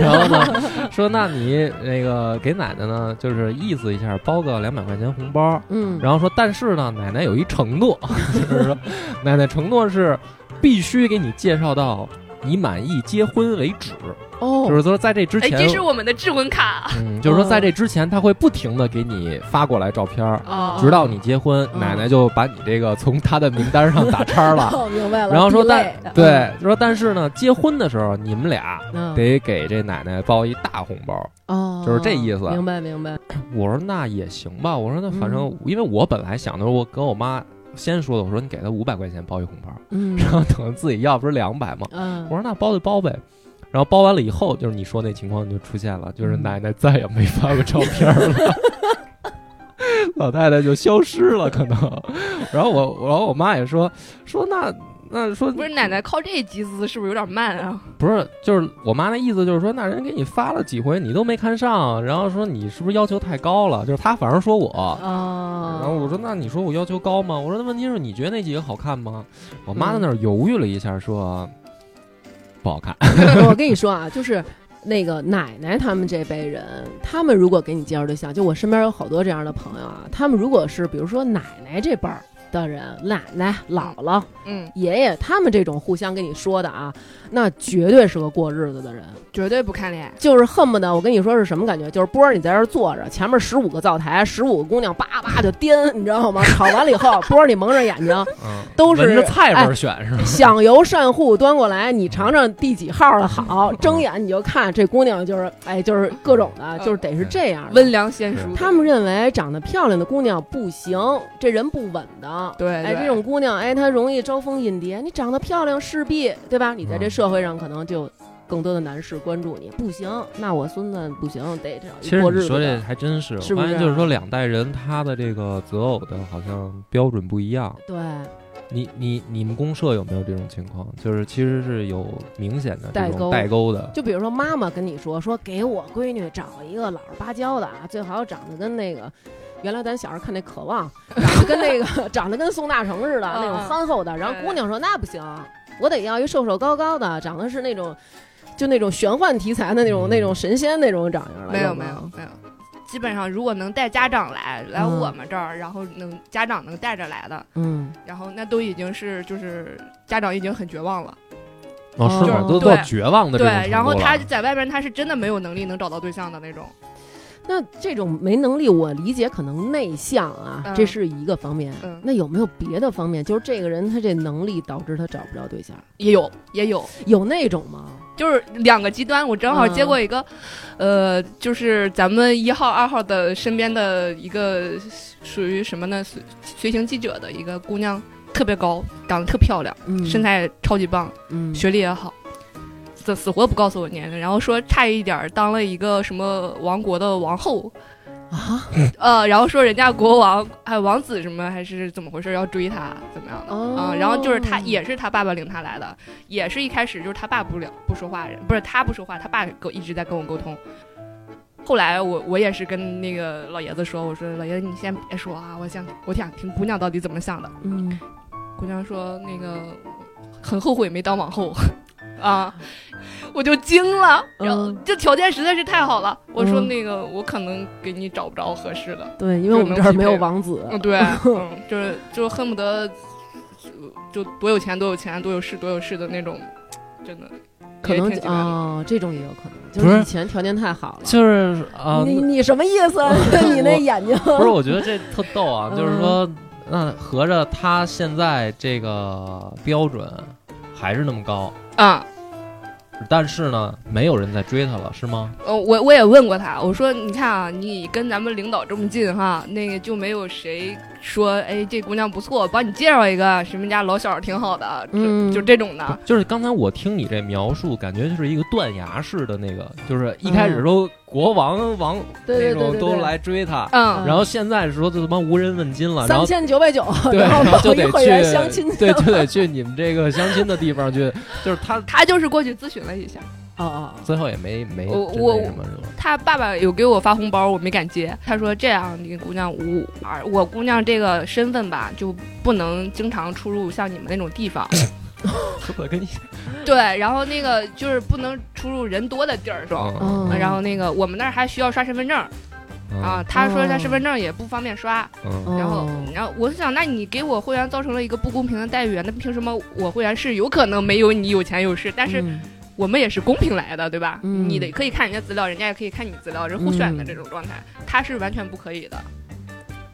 Speaker 3: 然后呢，说那你那个给奶奶呢，就是意思一下，包个两百块钱红包。
Speaker 2: [coughs] 嗯，
Speaker 3: 然后说，但是呢，奶奶有一承诺， [laughs] 就是说，奶奶承诺是必须给你介绍到你满意结婚为止，
Speaker 2: 哦，
Speaker 3: 就是说在这之
Speaker 4: 哎，
Speaker 3: 前
Speaker 4: 这，是我们的质问卡啊
Speaker 3: 嗯，就是说在这之前，他会不停的给你发过来照片儿，
Speaker 2: 哦
Speaker 4: 啊
Speaker 3: 直到你结婚，
Speaker 2: 嗯
Speaker 3: 奶奶就把你这个从她的名单上打
Speaker 2: [laughs]
Speaker 3: 叉了。
Speaker 2: 哦，明白了。
Speaker 3: 然后说
Speaker 2: 地
Speaker 3: 但
Speaker 2: 位的
Speaker 3: 对，就说但是呢，结婚的时候你们俩
Speaker 2: 嗯
Speaker 3: 得给这奶奶包一大红包。
Speaker 2: 哦，
Speaker 3: 就是这意思
Speaker 2: 明白明白。
Speaker 3: 我说那也行吧，我说那反正
Speaker 2: 嗯
Speaker 3: 因为我本来想的，我跟我妈先说的，我说你给她五百块钱包一红包。
Speaker 2: 嗯
Speaker 3: 然后等自己要不是两百嘛，我
Speaker 2: 嗯，
Speaker 3: 说那包就包呗。然后包完了以后，就是你说
Speaker 4: 嗯
Speaker 3: 那情况就出现了，就是奶奶再也没发过照片了。 [laughs] 老太太就消失了，可能。然后我，然后我妈也说说那那说
Speaker 4: 不是奶奶靠这集资是不是有点慢啊？
Speaker 3: 不是，就是我妈那意思就是说，那人给你发了几回，你都没看上，然后说你是不是要求太高了？就是她反正说我，然后
Speaker 2: 啊，
Speaker 3: 我说那你说我要求高吗？我说那问题是你觉得那几个好看吗？我妈在那儿犹豫了一下，说不好看。
Speaker 2: [laughs] 我跟你说啊，就是那个奶奶他们这辈人，他们如果给你介绍对象，就我身边有好多这样的朋友啊，他们如果是比如说奶奶这辈儿的人，奶奶、姥姥、
Speaker 4: 嗯，
Speaker 2: 爷爷，他们这种互相跟你说的啊，那绝对是个过日子的人。
Speaker 4: 绝对不看恋爱。
Speaker 2: 就是恨不得我跟你说是什么感觉？就是波儿你在这儿坐着，前面十五个灶台，十五个姑娘叭叭就颠，你知道吗？ [laughs] 炒完了以后，波儿你蒙上眼睛，
Speaker 3: 嗯，
Speaker 2: 都是
Speaker 3: [laughs] 闻着菜味儿选、是哎 [laughs] 吧？
Speaker 2: 想由善户端过来，你尝尝第几号的好，睁眼你就看这姑娘就是，哎，就是各种的，就是得是这样的。
Speaker 4: 嗯温良贤淑，
Speaker 2: 他们认为长得漂亮的姑娘不行，这人不稳的。
Speaker 4: 对，
Speaker 2: 哎，
Speaker 4: 对
Speaker 2: 这种姑娘，哎，她容易招蜂引蝶。你长得漂亮，势必对吧？你在这
Speaker 3: 嗯
Speaker 2: 社会上可能就更多的男士关注你。不行，那我孙子不行，得这样
Speaker 3: 其实
Speaker 2: 过
Speaker 3: 你
Speaker 2: 日
Speaker 3: 说
Speaker 2: 子
Speaker 3: 这
Speaker 2: 的。
Speaker 3: 还真是，
Speaker 2: 是
Speaker 3: 我
Speaker 2: 不
Speaker 3: 发
Speaker 2: 是
Speaker 3: 现就是
Speaker 2: 啊
Speaker 3: 说两代人他的这个择偶的好像标准不一样。
Speaker 2: 对，
Speaker 3: 你你你们公社有没有这种情况？就是其实是有明显的
Speaker 2: 代
Speaker 3: 这种
Speaker 2: 沟
Speaker 3: 代沟的，
Speaker 2: 就比如说妈妈跟你说说给我闺女找一个老实巴交的啊，最好长得跟那个。原来咱小时候看那《渴望》，长得跟那个长得跟宋大成似的那种
Speaker 4: 嗯嗯
Speaker 2: 憨厚的，然后
Speaker 4: 对
Speaker 2: 姑娘说那不行，我得要一瘦瘦高高的，长得是那种就那种玄幻题材的那种
Speaker 3: 嗯
Speaker 2: 那种神仙那种长相了。
Speaker 4: 没有没
Speaker 2: 吗
Speaker 4: 有没有，基本上如果能带家长来来
Speaker 2: 嗯
Speaker 4: 我们这儿，然后能家长能带着来的，
Speaker 2: 嗯，
Speaker 4: 然后那都已经是就是家长已经很绝望了，
Speaker 3: 哦，是吗？
Speaker 2: 哦
Speaker 3: 都到
Speaker 4: 对
Speaker 3: 绝望的这
Speaker 4: 对
Speaker 3: 种程，
Speaker 4: 然后
Speaker 3: 度了
Speaker 4: 他在外边他是真的没有能力能找到对象的那种，
Speaker 2: 那这种没能力，我理解可能内向啊，
Speaker 4: 嗯
Speaker 2: 这是一个方面。
Speaker 4: 嗯
Speaker 2: 那有没有别的方面？就是这个人他这能力导致他找不着对象，
Speaker 4: 也有也有，
Speaker 2: 有那种吗？
Speaker 4: 就是两个极端。我正好
Speaker 2: 嗯
Speaker 4: 接过一个，呃，就是咱们一号、二号的身边的一个属于什么呢？随随行记者的一个姑娘，特别高，长得特漂亮，
Speaker 2: 嗯，
Speaker 4: 身材超级棒，
Speaker 2: 嗯
Speaker 4: 学历也好，死死活不告诉我年龄，然后说差一点儿当了一个什么王国的王后，
Speaker 2: 啊
Speaker 4: 呃，然后说人家国王还有王子什么还是怎么回事要追她怎么样的啊、
Speaker 2: 哦
Speaker 4: 然后就是他也是他爸爸领他来的，也是一开始就是他爸不了不说话，不是他不说话，他爸跟我一直在跟我沟通。后来我我也是跟那个老爷子说，我说老爷子你先别说啊，我想我想听姑娘到底怎么想的。
Speaker 2: 嗯
Speaker 4: 姑娘说那个很后悔没当王后啊，我就惊了，然后
Speaker 2: 嗯
Speaker 4: 这条件实在是太好了。我说
Speaker 2: 嗯
Speaker 4: 那个我可能给你找不着合适的，
Speaker 2: 对，因为我们这儿没有王子，
Speaker 4: 嗯，
Speaker 2: [laughs]
Speaker 4: 对，嗯，就是就恨不得就就多有钱多有钱多有势多有势的那种，真的
Speaker 2: 可能
Speaker 4: 也挺极端的
Speaker 2: 啊、这种也有可能，就
Speaker 3: 不
Speaker 2: 是
Speaker 3: 是
Speaker 2: 以前条件太好了。
Speaker 3: 就是啊，
Speaker 2: 你你什么意
Speaker 3: [laughs]
Speaker 2: 思？你那眼睛 [laughs]
Speaker 3: 不是，我觉得这特逗啊，
Speaker 2: 嗯
Speaker 3: 就是说，那合着他现在这个标准还是那么高，
Speaker 4: 啊。
Speaker 3: 但是呢，没有人在追他了，是吗？
Speaker 4: 呃，我我也问过他，我说你看啊，你跟咱们领导这么近哈，那个就没有谁说，哎，这姑娘不错，帮你介绍一个，什么家老小儿挺好的，就、
Speaker 2: 嗯
Speaker 4: 就这种的。
Speaker 3: 就是刚才我听你这描述，感觉就是一个断崖式的那个，就是一开始都国王王
Speaker 2: 对对对
Speaker 3: 那
Speaker 2: 对
Speaker 3: 种
Speaker 2: 对
Speaker 3: 都来追他，
Speaker 4: 嗯，
Speaker 3: 然后现在说这他妈无人问津了，然
Speaker 2: 三
Speaker 3: 后。
Speaker 2: 千九百九，
Speaker 3: 对，
Speaker 2: 然
Speaker 3: 然
Speaker 2: 后报
Speaker 3: 后就
Speaker 2: 一
Speaker 3: 得
Speaker 2: 会员相亲
Speaker 3: 去，
Speaker 2: 去
Speaker 3: 对，
Speaker 2: 了
Speaker 3: 就得去你们这个相亲的地方去，就是他
Speaker 4: 他就是过去咨询了一下，
Speaker 2: 哦哦，哦
Speaker 3: 最后也没没
Speaker 4: 我
Speaker 3: 真
Speaker 4: 我
Speaker 3: 那什么是吧？
Speaker 4: 他爸爸有给我发红包，我没敢接。他说这样，你姑娘我啊我姑娘这个身份吧，就不能经常出入像你们那种地方，
Speaker 3: 我跟你
Speaker 4: 对，然后那个就是不能出入人多的地儿，
Speaker 3: 哦
Speaker 4: 是吧？
Speaker 2: 嗯
Speaker 4: 然后那个我们那儿还需要刷身份证
Speaker 3: 哦
Speaker 4: 啊，，他说他身份证也不方便刷，
Speaker 3: 嗯
Speaker 4: 然后
Speaker 2: 哦，
Speaker 4: 然后我是想，那你给我会员造成了一个不公平的待遇，啊，那凭什么我会员是有可能没有你有钱有势，但是
Speaker 2: 嗯
Speaker 4: 我们也是公平来的，对吧？
Speaker 2: 嗯
Speaker 4: 你得可以看人家资料，人家也可以看你资料，人互选的
Speaker 2: 嗯
Speaker 4: 这种状态，他是完全不可以的。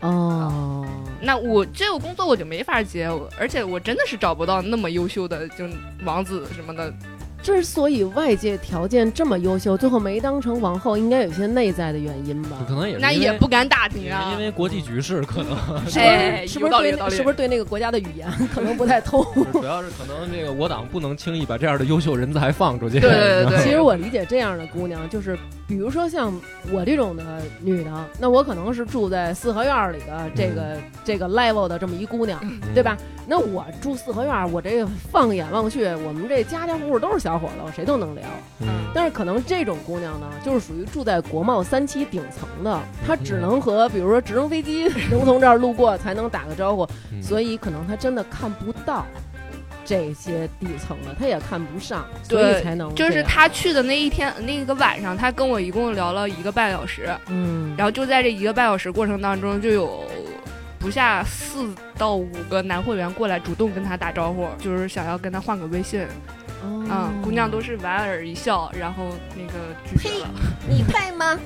Speaker 2: 哦，
Speaker 4: 那我这个工作我就没法接，我而且我真的是找不到那么优秀的，就王子什么的。
Speaker 2: 之所以外界条件这么优秀，最后没当成王后，应该有些内在的原因吧
Speaker 3: 可？能也是
Speaker 4: 那
Speaker 3: 因
Speaker 4: 也
Speaker 3: 为
Speaker 4: 不敢打听
Speaker 3: 也是
Speaker 4: 啊
Speaker 3: 因。为国际局势可能， [laughs]
Speaker 2: 是
Speaker 4: 哎
Speaker 2: 不是是不是
Speaker 4: 有道
Speaker 2: 对
Speaker 4: 理有道
Speaker 2: 那
Speaker 4: 理
Speaker 2: 是不是对那个国家的语言可能不太通？ [laughs]
Speaker 3: 主要是可能这个我党不能轻易把这样的优秀人才放出去。
Speaker 4: [laughs] 对对对
Speaker 2: 其实我理解这样的姑娘，就是比如说像我这种的女的，那我可能是住在四合院儿里的这个、这个 level 的这么一姑
Speaker 4: 嗯
Speaker 2: 娘，
Speaker 3: 嗯
Speaker 2: 对吧？那我住四合院儿，我这放眼望去，我们这家家户户都是小伙子，我谁都能聊。
Speaker 3: 嗯？
Speaker 2: 但是可能这种姑娘呢，就是属于住在国贸三期顶层的，她只
Speaker 3: 嗯
Speaker 2: 能和比如说直升飞机 [laughs] 能从这儿路过才能打个招呼，
Speaker 3: 嗯，
Speaker 2: 所以可能她真的看不到这些底层的，她也看不上，所
Speaker 4: 对
Speaker 2: 以才能
Speaker 4: 就是
Speaker 2: 这样
Speaker 4: 他去的那一天，那个晚上，他跟我一共聊了一个半小时，
Speaker 2: 嗯，
Speaker 4: 然后就在这一个半小时过程当中，就有不下四到五个男会员过来主动跟他打招呼，就是想要跟他换个微信
Speaker 2: 哦
Speaker 4: 啊、姑娘都是莞尔一笑，然后那个拒绝了。
Speaker 2: 你配吗？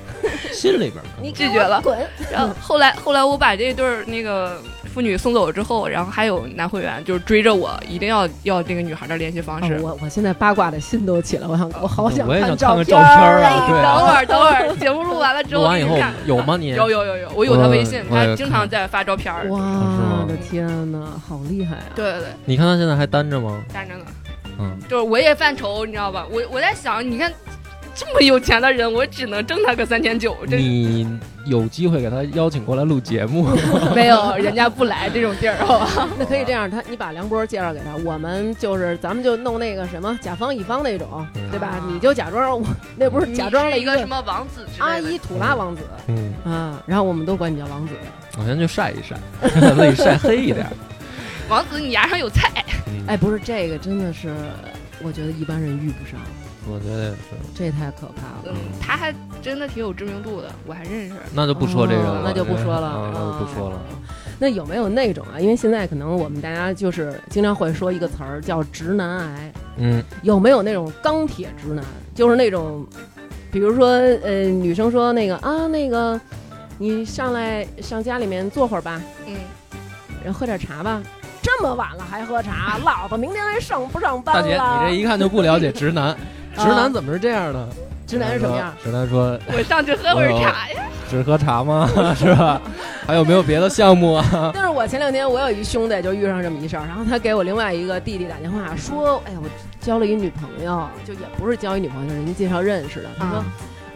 Speaker 3: 心里边儿可能
Speaker 2: 你
Speaker 4: 拒绝了
Speaker 2: 滚！
Speaker 4: 然后后来后来我把这对儿那个妇女送走之后，然后还有男会员就是追着我，一定要要这个女孩的联系方式。
Speaker 2: 哦我我现在八卦的心都起来，我想我好想
Speaker 3: 嗯我也想
Speaker 2: 照
Speaker 3: 看
Speaker 2: 儿
Speaker 3: 看照片儿
Speaker 4: 哎
Speaker 3: 啊对
Speaker 4: 等会儿等会儿，节目录完了之后，
Speaker 3: 录完以后
Speaker 4: 你看
Speaker 3: 有吗你？
Speaker 4: 有有有有，我有他微信，
Speaker 3: 我我
Speaker 4: 他
Speaker 3: 也
Speaker 4: 经常在发照片儿。
Speaker 3: 哦是
Speaker 2: 哇，
Speaker 3: 吗
Speaker 2: 我的天哪，好厉害啊！
Speaker 4: 对对对，
Speaker 3: 你看他现在还单着吗？
Speaker 4: 单着呢。
Speaker 3: 嗯，
Speaker 4: 就是我也犯愁，你知道吧？我我在想，你看这么有钱的人，我只能挣他个三千九，这
Speaker 3: 你有机会给他邀请过来录节目，
Speaker 2: [laughs]
Speaker 4: 没有人家不来这种地儿，好吧？
Speaker 2: 那可以这样，他你把梁波介绍给他，我们就是咱们就弄那个什么甲方乙方那种，
Speaker 3: 嗯
Speaker 2: 对吧
Speaker 4: 啊？
Speaker 2: 你就假装我那不是假装了
Speaker 4: 你是一
Speaker 2: 个
Speaker 4: 什么王子之
Speaker 2: 阿
Speaker 4: 类的
Speaker 2: 依土拉王子
Speaker 3: 嗯，
Speaker 2: 啊，然后我们都管你叫王子。
Speaker 3: 我先去晒一晒， [laughs] 让自己晒黑
Speaker 2: [laughs]
Speaker 3: 一点儿。
Speaker 4: 王子，你牙上有菜。
Speaker 3: 嗯
Speaker 2: 哎，，不是这个，真的是，我觉得一般人遇不上，
Speaker 3: 我觉得也是，
Speaker 2: 这太可怕了。
Speaker 4: 嗯，他还真的挺有知名度的，我还认识。
Speaker 3: 那就不说这个
Speaker 2: 哦
Speaker 3: 了，
Speaker 2: 那就不说了，
Speaker 3: 啊那就不说了
Speaker 2: 啊。。那有没有那种啊？因为现在可能我们大家就是经常会说一个词儿叫“直男癌
Speaker 3: 嗯，”，
Speaker 2: 有没有那种钢铁直男？就是那种，比如说呃，女生说那个啊，那个你上来上家里面坐会儿吧，
Speaker 4: 嗯，
Speaker 2: 然后喝点茶吧。这么晚了还喝茶，老子明天还上不上班
Speaker 3: 大
Speaker 2: 了？
Speaker 3: 姐，你这一看就不了解直
Speaker 2: [laughs]
Speaker 3: 男，直男怎么是这样的？
Speaker 2: 直男是什么样？
Speaker 3: 直男说
Speaker 4: [laughs] 我上去喝会儿茶呀。
Speaker 3: 只喝茶吗？ [laughs] 是吧？还有没有别的项目啊？
Speaker 2: 但是我前两天我有一兄弟就遇上这么一事儿，然后他给我另外一个弟弟打电话说：“哎呀，我交了一女朋友，就也不是交一女朋友，就是人家介绍认识的。”他
Speaker 3: 啊
Speaker 2: 说：“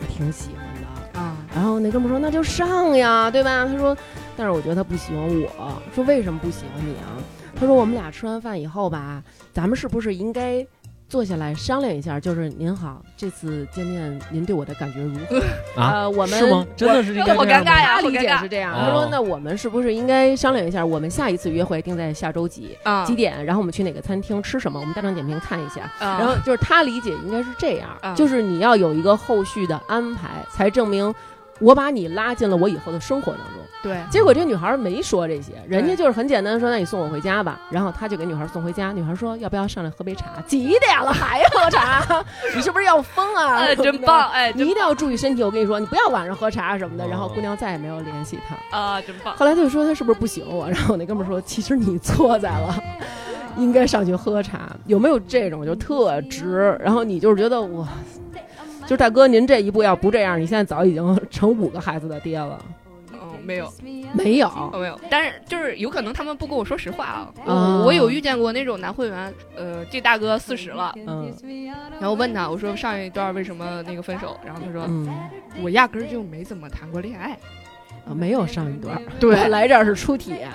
Speaker 2: 我挺喜欢的。
Speaker 4: 啊，”
Speaker 2: 然后那哥们说：“那就上呀，对吧？”他说：“但是我觉得他不喜欢我。”说：“为什么不喜欢你啊？”他说：“我们俩吃完饭以后吧，咱们是不是应该坐下来商量一下？就是您好，这次见面您对我的感觉如何？
Speaker 3: 啊
Speaker 2: 呃，我们
Speaker 3: 是吗？真的是应该
Speaker 4: 好
Speaker 3: 这样
Speaker 4: 尴
Speaker 3: 吗
Speaker 4: 尬呀，
Speaker 2: 他
Speaker 4: 好
Speaker 2: 理
Speaker 4: 尴
Speaker 2: 解
Speaker 4: 尬
Speaker 2: 是这样，
Speaker 3: 哦
Speaker 2: 他说：“那我们是不是应该商量一下，我们下一次约会定在下周几
Speaker 4: 啊
Speaker 2: 几点？然后我们去哪个餐厅吃什么？我们大众点评看一下。”
Speaker 4: 啊
Speaker 2: 然后就是他理解应该是这样
Speaker 4: 啊，
Speaker 2: 就是你要有一个后续的安排，才证明我把你拉进了我以后的生活当中。
Speaker 4: 对，
Speaker 2: 结果这女孩没说这些，
Speaker 4: 嗯
Speaker 2: 人家就是很简单地说：“那你送我回家吧。”然后他就给女孩送回家。女孩说：“要不要上来喝杯茶？几点了还喝
Speaker 4: [laughs]
Speaker 2: 茶？你是不是要疯啊？”
Speaker 4: 哎，真棒，哎，
Speaker 2: 你
Speaker 4: 真
Speaker 2: 一定要注意身体，我跟你说，你不要晚上喝茶什么的。
Speaker 3: 哦
Speaker 2: 然后姑娘再也没有联系他。
Speaker 4: 啊，真棒。
Speaker 2: 后来他就说他是不是不喜欢我？然后我那哥们儿说，其实你错在了，应该上去喝茶。有没有这种就特直？然后你就是觉得我，就是大哥，您这一步要不这样，你现在早已经成五个孩子的爹了。
Speaker 4: 嗯，没有，
Speaker 2: 没有，
Speaker 4: 哦 [laughs] 没有，但是就是有可能他们不跟我说实话啊。
Speaker 2: 啊
Speaker 4: 我我有遇见过那种男会员，呃，这大哥四十了，
Speaker 2: 嗯
Speaker 4: 然后问他，我说上一段为什么那个分手？然后他说
Speaker 2: 嗯，
Speaker 4: 我压根儿就没怎么谈过恋爱，
Speaker 2: 啊没有上一段。
Speaker 4: [laughs] 对
Speaker 2: 我来这儿是初体验，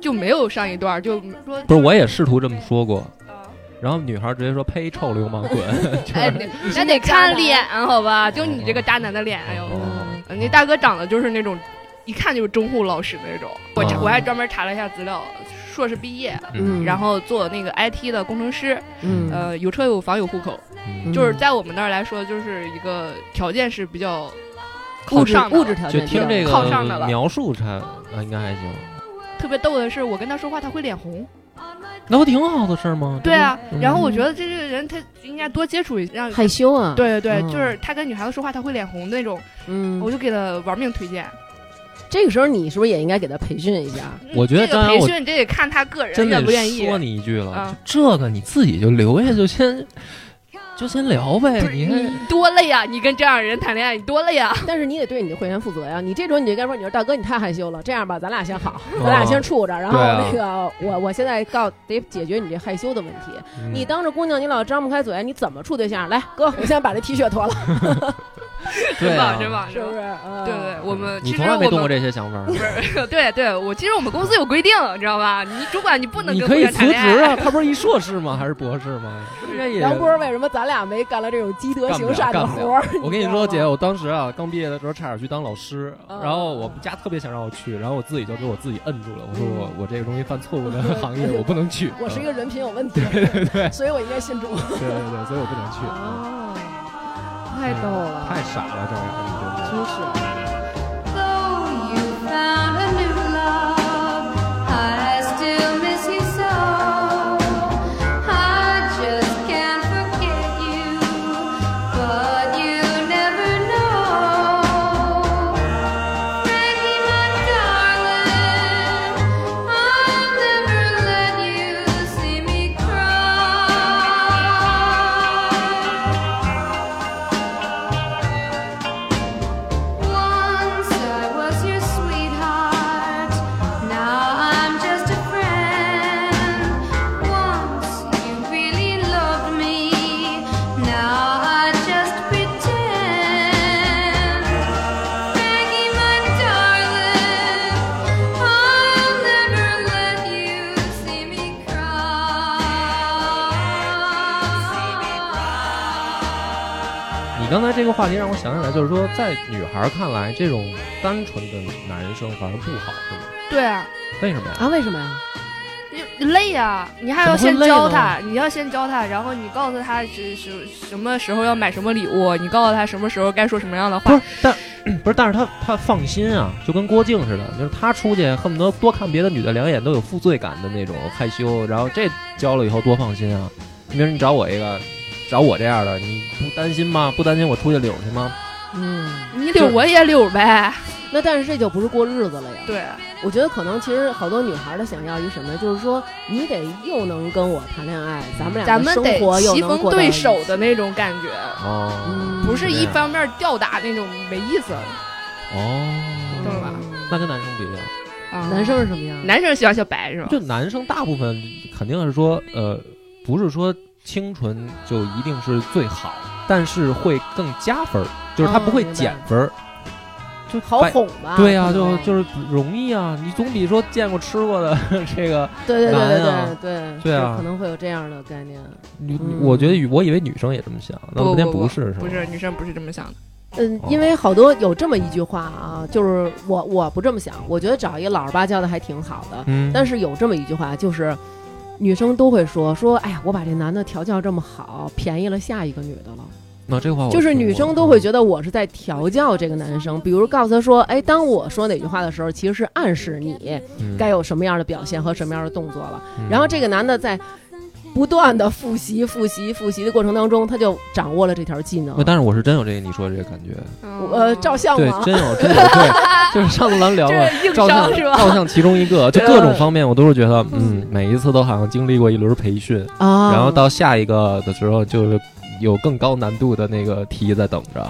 Speaker 4: 就没有上一段，就说
Speaker 3: 不是，我也试图这么说过，
Speaker 4: 啊
Speaker 3: 然后女孩直接说：“呸，臭流氓，滚！” [laughs] 就
Speaker 4: [laughs] 哎，
Speaker 3: 是
Speaker 4: 那那得看脸好吧？就你这个渣男的脸，哎呦，
Speaker 3: 哦
Speaker 4: 呃那大哥长得就是那种一看就是忠厚老实的那种。我查
Speaker 3: 哦
Speaker 4: 我还专门查了一下资料，硕士毕业，
Speaker 2: 嗯，
Speaker 4: 然后做那个 IT 的工程师，
Speaker 2: 嗯，
Speaker 4: 呃，有车有房有户口，
Speaker 3: 嗯
Speaker 4: 就是在我们那儿来说，就是一个条件是比较
Speaker 2: 物
Speaker 4: 靠
Speaker 2: 质
Speaker 4: 上的
Speaker 2: 物质条
Speaker 3: 就
Speaker 2: 件比较
Speaker 3: 听这
Speaker 2: 好
Speaker 4: 靠上的
Speaker 3: 个
Speaker 4: 了
Speaker 3: 描述差啊，应该还行。
Speaker 4: 特别逗的是，我跟他说话他会脸红。
Speaker 3: 那不挺好的事儿吗？
Speaker 4: 对啊，
Speaker 3: 嗯
Speaker 4: 然后我觉得这个人他应该多接触一下，让
Speaker 2: 害羞啊，，
Speaker 4: 对对
Speaker 2: 嗯
Speaker 4: 对，就是他跟女孩子说话他会脸红的那种，
Speaker 2: 嗯
Speaker 4: 我，就给他玩命推荐。
Speaker 2: 这个时候你是不是也应该给他培训一下？
Speaker 4: 嗯
Speaker 3: 我觉得
Speaker 4: 这个
Speaker 3: 张扬
Speaker 4: 培
Speaker 3: 我
Speaker 4: 训这得看他个人
Speaker 3: 真
Speaker 4: 愿
Speaker 3: 得
Speaker 4: 不愿意。
Speaker 3: 说你一句了
Speaker 4: 啊，
Speaker 3: 就这个你自己就留下，就先就先聊呗。
Speaker 4: 不是
Speaker 3: 你
Speaker 4: 你多累呀！你跟这样人谈恋爱，你多累啊呀！
Speaker 2: 但是你得对你的会员负责呀。你这种你就该说，你说大哥你太害羞了，这样吧，咱俩先
Speaker 3: [laughs]
Speaker 2: 好，咱俩先处着，然后
Speaker 3: 对啊
Speaker 2: 那个、我我现在告得解决你这害羞的问题。
Speaker 3: 嗯
Speaker 2: 你当着姑娘你老张不开嘴，你怎么处对象？来，哥，我先把这 T 恤脱了。
Speaker 3: 对
Speaker 4: 真
Speaker 3: 啊
Speaker 4: 棒，真棒，
Speaker 2: 是
Speaker 4: 真
Speaker 2: 不
Speaker 4: 棒
Speaker 2: 是？。嗯
Speaker 4: 对对，我们
Speaker 3: 你
Speaker 4: 其实
Speaker 3: 从来
Speaker 4: 我
Speaker 3: 没动过
Speaker 4: 们
Speaker 3: 这些想法儿，
Speaker 4: [laughs] 对对，我其实我们公司有规定，你知道吧？你主管你不能
Speaker 3: 你
Speaker 4: 跟
Speaker 3: 可
Speaker 4: 会
Speaker 3: 以
Speaker 4: 员
Speaker 3: 辞
Speaker 4: 谈恋爱
Speaker 3: 职啊！他不是一硕士吗？还是博士吗？应该也
Speaker 2: 梁波，为什么咱俩没干了这种积德
Speaker 3: 干不
Speaker 2: 行
Speaker 3: 了
Speaker 2: 善的
Speaker 3: 干不了
Speaker 2: 活儿？ [laughs]
Speaker 3: 我跟你
Speaker 2: 知道
Speaker 3: 说，
Speaker 2: 吗
Speaker 3: 姐，，我当时啊刚毕业的时候差点去当老师，
Speaker 2: 嗯
Speaker 3: 然后我们家特别想让我去，然后我自己就给我自己摁住了，我说我我这个容易犯错误的行业我不能去，
Speaker 2: [laughs] 我是一
Speaker 3: 嗯
Speaker 2: 个人品有问题，所以我应该
Speaker 3: [laughs]
Speaker 2: 信主。
Speaker 3: 对对对，所以我不想去，嗯
Speaker 2: 哦太
Speaker 3: 嗯
Speaker 2: 逗了，
Speaker 3: [laughs] 太傻了，这玩意儿你
Speaker 2: 真是。
Speaker 1: Though you found a new love, I still miss you so. I just can't forget you, but you never know. Frankie, my darling, I'll never let you see me cry. Once I was your sweetheart, now I'm just a friend. Once you really loved me, now I just pretend. Maggie, my darling, I'll never let you see me cry.
Speaker 3: 你刚才这个话题让我想起来，就是说在女孩看来，这种单纯的男生反而不好，是吗？
Speaker 4: 对啊，
Speaker 3: 为什么呀？
Speaker 2: 啊，为什么呀？
Speaker 4: 你累啊，你还要
Speaker 3: 怎么
Speaker 4: 先
Speaker 3: 会累
Speaker 4: 教
Speaker 3: 呢
Speaker 4: 他，你要先教他，然后你告诉他是是什么时候要买什么礼物，你告诉他什么时候该说什么样的
Speaker 3: 不
Speaker 4: 话
Speaker 3: 是，，但 [clears throat] 不是，但是他他放心啊，就跟郭靖似的，就是他出去恨不得多看别的女的两眼都有负罪感的那种害羞，然后这交了以后多放心啊。你比如你找我一个，找我这样的，你不担心吗？不担心我出去溜去吗？
Speaker 2: 嗯，
Speaker 4: 你得我也溜呗。
Speaker 2: 那但是这就不是过日子了呀。
Speaker 4: 对，
Speaker 2: 我觉得可能其实好多女孩的想要一什么，就是说你得又能跟我谈恋爱，咱们俩
Speaker 4: 咱
Speaker 2: 的
Speaker 4: 们
Speaker 2: 生
Speaker 4: 得
Speaker 2: 活又
Speaker 4: 棋
Speaker 2: 能
Speaker 4: 逢
Speaker 2: 过到
Speaker 4: 对
Speaker 2: 一
Speaker 4: 手
Speaker 2: 起
Speaker 4: 的那种感觉，
Speaker 3: 哦，
Speaker 2: 嗯
Speaker 4: 不是
Speaker 3: 这
Speaker 4: 一
Speaker 3: 样
Speaker 4: 方面吊打那种没意思，
Speaker 2: 啊
Speaker 3: 哦，
Speaker 4: 懂吧？
Speaker 3: 那跟男生不一样，
Speaker 4: 啊
Speaker 2: 嗯男生是什么样？
Speaker 4: 男生喜欢小白是吧？
Speaker 3: 就男生大部分肯定是说，呃，不是说清纯就一定是最好，但是会更加分儿，就是
Speaker 4: 哦
Speaker 3: 他
Speaker 2: 嗯
Speaker 3: 不会
Speaker 2: 明白
Speaker 3: 减分儿。
Speaker 2: 就好哄吧？
Speaker 3: 哎对呀、
Speaker 2: 啊
Speaker 3: 就
Speaker 2: 可能
Speaker 3: 就是容易啊，你总比说见过吃过的这个，
Speaker 2: 对对对对
Speaker 3: 难啊
Speaker 2: 对对
Speaker 3: 对啊哦
Speaker 2: 是可能会有这样的概念。
Speaker 3: 你
Speaker 2: 嗯
Speaker 3: 我觉得与我以为女生也这么想，那
Speaker 4: 不
Speaker 3: 昨天
Speaker 4: 不
Speaker 3: 不是是
Speaker 4: 不
Speaker 3: 吗？
Speaker 4: 是女生不是这么想的，
Speaker 2: 嗯
Speaker 3: 哦，
Speaker 2: 因为好多有这么一句话啊，就是我我不这么想，我觉得找一个老实巴交的还挺好的。
Speaker 3: 嗯，
Speaker 2: 但
Speaker 3: 是
Speaker 2: 是有这么一句话，就是女生都会说说，哎呀，我把这男的调教这么好，便宜了下一个女的了。
Speaker 3: 那这话我
Speaker 2: 就是
Speaker 3: 听
Speaker 2: 女
Speaker 3: 过
Speaker 2: 生都会觉得我是在调教这个男生，比如告诉他说，哎，当我说哪句话的时候，其实是暗示你
Speaker 3: 嗯
Speaker 2: 该有什么样的表现和什么样的动作了。
Speaker 3: 嗯
Speaker 2: 然后这个男的在不断的复习、复习、复习的过程当中，他就掌握了这条技能
Speaker 3: 不。但是我是真有这个你说的这个感觉，
Speaker 2: 呃，照相
Speaker 3: 对，
Speaker 2: 嘛，
Speaker 3: 真有真有，对，就是上次咱
Speaker 2: [laughs]
Speaker 3: 们聊过
Speaker 4: 这硬
Speaker 3: 照相
Speaker 4: 伤是吧？
Speaker 3: 照相其中一个，就各种方面我都是觉得，嗯，每一次都好像经历过一轮培训，
Speaker 2: 啊，
Speaker 3: 然后到下一个的时候就是有更高难度的那个题在等着，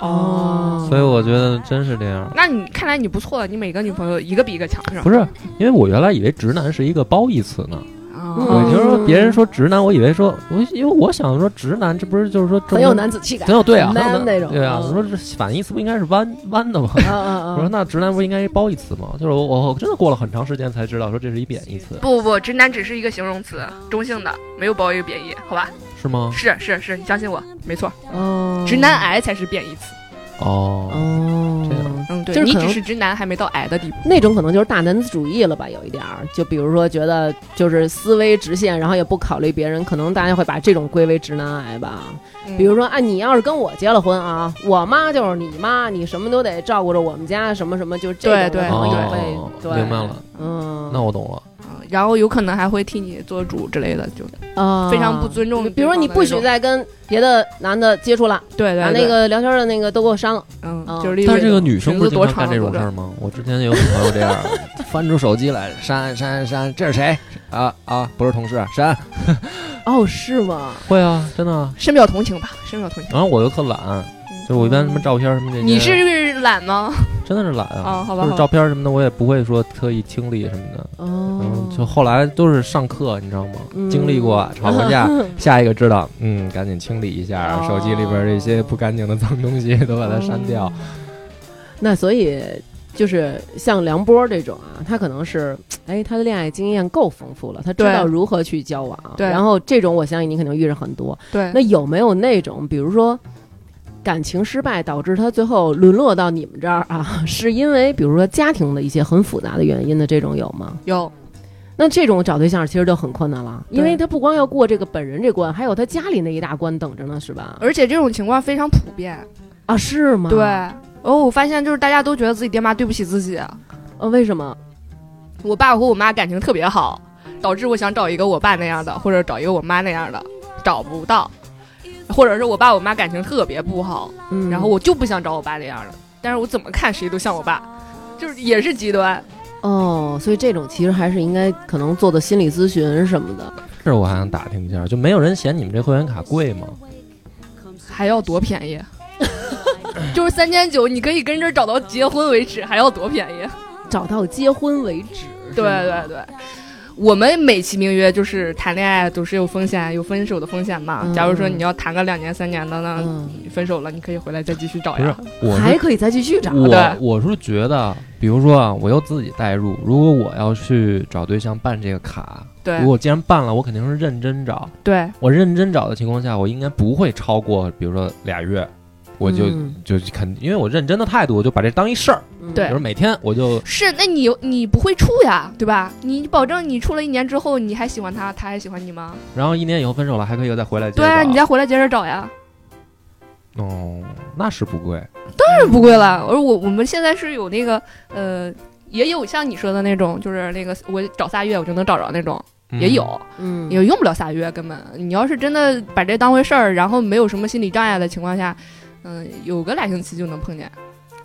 Speaker 2: 哦，
Speaker 3: 所以我觉得真是这样。
Speaker 4: 那你看来你不错，你每个女朋友一个比一个强是吧？
Speaker 3: [laughs] 不是，因为我原来以为直男是一个褒义词呢。
Speaker 4: 啊
Speaker 3: 我
Speaker 2: 嗯
Speaker 3: 就是说别人说直男，我以为说，我因为我想说直男，这不是就是说
Speaker 2: 很有，男子气概
Speaker 3: 很，有对啊，很
Speaker 2: man
Speaker 3: 有男
Speaker 2: 那种
Speaker 3: 对啊。
Speaker 2: 嗯
Speaker 3: 我说这反义词不应该是弯弯的吗？ [laughs]
Speaker 2: 嗯嗯
Speaker 3: 我说
Speaker 2: 嗯，
Speaker 3: 那直男不应该褒义词吗？就是我我我真的过了很长时间才知道，说这是一贬
Speaker 2: [laughs]
Speaker 3: 义词，
Speaker 4: 不不不，直男只是一个形容词，中性的，没有褒义贬义，好吧？
Speaker 3: 是吗？
Speaker 4: 是是是，你相信我，没错，
Speaker 2: 哦，
Speaker 4: 直男癌才是贬义词。
Speaker 2: 嗯
Speaker 3: 哦，
Speaker 2: 哦
Speaker 3: 这样。
Speaker 4: 嗯，对
Speaker 2: 就是
Speaker 4: 你
Speaker 2: 可
Speaker 4: 只
Speaker 2: 能
Speaker 4: 是直男，还没到癌的地步。
Speaker 2: 那种可能就是大男子主义了吧，有一点儿，就比如说觉得就是思维直线，然后也不考虑别人，可能大家会把这种归为直男癌吧。
Speaker 4: 嗯
Speaker 2: 比如说，啊，你要是跟我结了婚啊，我妈就是你妈，你什么都得照顾着我们家，什么什么，就这种
Speaker 4: 对
Speaker 2: 的
Speaker 4: 对
Speaker 2: 可能也
Speaker 3: 哦
Speaker 2: 会，对，
Speaker 3: 明白了，
Speaker 2: 嗯，
Speaker 3: 那我懂了。
Speaker 4: 嗯，然后有可能还会替你做主之类的，就
Speaker 2: 啊
Speaker 4: 非常不尊重
Speaker 2: 比如说，你不许再跟别的男的接触了，
Speaker 4: 对
Speaker 2: 把
Speaker 4: 对
Speaker 2: 那个聊天的那个都给我删了。
Speaker 4: 嗯
Speaker 2: 嗯，
Speaker 4: 就是例
Speaker 3: 但
Speaker 4: 如
Speaker 3: 是这个女生不
Speaker 4: 裙
Speaker 3: 是
Speaker 4: 子
Speaker 3: 经
Speaker 4: 多
Speaker 3: 常干
Speaker 4: 长
Speaker 3: 这
Speaker 4: 多
Speaker 3: 种事
Speaker 4: 短
Speaker 3: 儿吗？我之前有女朋友这样， [laughs] 翻出手机来删删删，这是谁？啊啊，不是同事，删。
Speaker 2: 哦，是吗？
Speaker 3: 会啊，真的啊。
Speaker 4: 深表同情吧，深表同情。
Speaker 3: 然后我又特懒，就是我一般什么照片什么这些，
Speaker 4: 嗯你是懒吗？
Speaker 3: 真的是懒啊，
Speaker 4: 哦好吧
Speaker 3: 就是
Speaker 4: 好吧
Speaker 3: 照片什么的，我也不会说特意清理什么的。
Speaker 2: 哦
Speaker 3: 嗯，，就后来都是上课，你知道吗？
Speaker 2: 嗯
Speaker 3: 经历
Speaker 4: [laughs]
Speaker 3: 过吵过架，下一个知道，嗯，赶紧清理一下、
Speaker 4: 哦
Speaker 3: 手机里边这些不干净的脏东西，都把它删掉。
Speaker 4: 哦
Speaker 2: 那所以就是像梁波这种啊，他可能是哎他的恋爱经验够丰富了，他知
Speaker 4: 对
Speaker 2: 道如何去交往。
Speaker 4: 对
Speaker 2: 然后这种我相信你肯定遇着很多。
Speaker 4: [laughs] 对
Speaker 2: 那，有没有那种，比如说感情失败导致他最后沦落到你们这儿啊， [laughs] 是因为比如说家庭的一些很复杂的原因的这种有吗？
Speaker 4: 有
Speaker 2: 那这种找对象其实就很困难了，因为
Speaker 4: 对
Speaker 2: 他不光要过这个本人这关，还有他家里那一大关等着呢，是吧？
Speaker 4: 而且这种情况非常普遍。
Speaker 2: 啊，是吗？
Speaker 4: 对，然后我发现就是大家都觉得自己爹妈对不起自己。
Speaker 2: 呃，为什么？
Speaker 4: 我爸和我妈感情特别好，导致我想找一个我爸那样的，或者找一个我妈那样的，找不到，或者是我爸我妈感情特别不好，
Speaker 2: 嗯，
Speaker 4: 然后我就不想找我爸那样的，但是我怎么看谁都像我爸，就是也是极端。
Speaker 2: 哦，所以这种其实还是应该可能做做心理咨询什么的。
Speaker 3: 这我还想打听一下，就没有人嫌你们这会员卡贵吗？
Speaker 4: 还要多便 [laughs] 宜？就是三千九，你可以跟这儿找到结婚为止，还要多便宜？
Speaker 2: 找到结婚为止，
Speaker 4: 对对对。我们美其名曰就是谈恋爱总是有风险，有分手的风险嘛。
Speaker 2: 嗯
Speaker 4: 假如说你要谈个两年三年的呢，
Speaker 2: 嗯，
Speaker 4: 你分手了，你可以回来再继续找
Speaker 3: 不是
Speaker 4: 呀。，
Speaker 3: 我
Speaker 2: 还
Speaker 3: 是
Speaker 2: 可以再继续找。
Speaker 3: 我
Speaker 4: 对
Speaker 3: 我是觉得，比如说啊，我又自己代入，如果我要去找对象办这个卡，
Speaker 4: 对
Speaker 3: 如果既然办了，我肯定是认真找。
Speaker 4: 对
Speaker 3: 我认真找的情况下，我应该不会超过，比如说俩月，我就、
Speaker 2: 嗯
Speaker 3: 就肯，因为我认真的态度，我就把这当一事儿。
Speaker 2: 嗯
Speaker 3: 比
Speaker 4: 对，
Speaker 3: 如每天我就是
Speaker 4: 那你你不会处呀，对吧？你保证你处了一年之后，你还喜欢他，他还喜欢你吗？
Speaker 3: 然后一年以后分手了，还可以再回来接着
Speaker 4: 对啊，你
Speaker 3: 找
Speaker 4: 再回来接着找呀，
Speaker 3: 哦，那是不贵，
Speaker 4: 当然不贵了。而我我们现在是有那个呃，也有像你说的那种，就是那个我找仨月我就能找着那种，也有。
Speaker 2: 嗯，
Speaker 4: 也用不了仨月，根本。你要是真的把这当回事儿，然后没有什么心理障碍的情况下，嗯、有个俩星期就能碰见，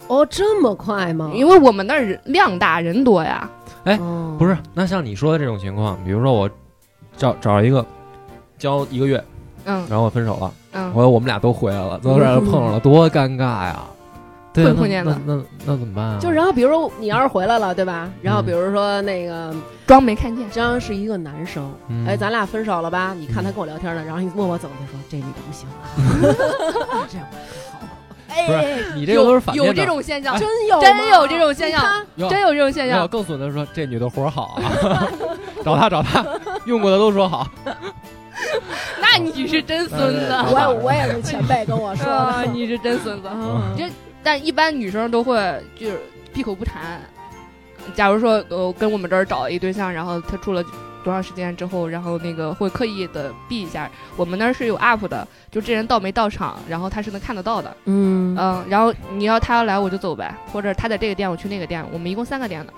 Speaker 2: 哦，这么快吗？
Speaker 4: 因为我们那儿人量大人多呀。
Speaker 3: 哎
Speaker 2: 哦
Speaker 3: 不是，那像你说的这种情况，比如说我找找一个交一个月，
Speaker 4: 嗯
Speaker 3: 然后我分手了，
Speaker 4: 嗯，
Speaker 3: 我说我们俩都回来了，都让人碰上了，多尴尬呀！对啊，
Speaker 4: 会碰见
Speaker 3: 那
Speaker 4: 的
Speaker 3: 那那那怎么办啊？
Speaker 2: 就然后比如说你要是回来了，对吧？然后比如说那个
Speaker 4: 装没看见。
Speaker 2: 张是一个男生，
Speaker 3: 嗯
Speaker 2: 哎，咱俩分手了吧？你看他跟我聊天呢，然后你默默走过去说这女的不行啊，这样
Speaker 3: 不是
Speaker 2: 哎，
Speaker 3: 你
Speaker 4: 你
Speaker 3: 这个都是反面的
Speaker 4: 有这种现象，
Speaker 2: 真有
Speaker 4: 真有
Speaker 2: 种
Speaker 4: 这种现象，
Speaker 3: 有
Speaker 4: 真有这种现
Speaker 3: 要
Speaker 4: 象。
Speaker 3: 更损的是说这女的活儿好啊， [laughs] 找她找她，用过的都
Speaker 2: [laughs]
Speaker 3: 说好，
Speaker 4: 那你是真孙子，
Speaker 3: 嗯
Speaker 2: 我也我也是前辈跟我说
Speaker 4: 啊，
Speaker 2: 的，
Speaker 4: 你是 [laughs] 真孙子。
Speaker 2: 啊
Speaker 4: 这但一般女生都会就是闭口不谈。假如说呃跟我们这儿找一对象，然后他处了多长时间之后，然后那个会刻意的避一下。我们那儿是有 app 的，就这人到没到场，然后他是能看得到的。
Speaker 2: 嗯
Speaker 4: 嗯，然后你要他要来我就走呗，或者他在这个店我去那个店，我们一共三个店呢。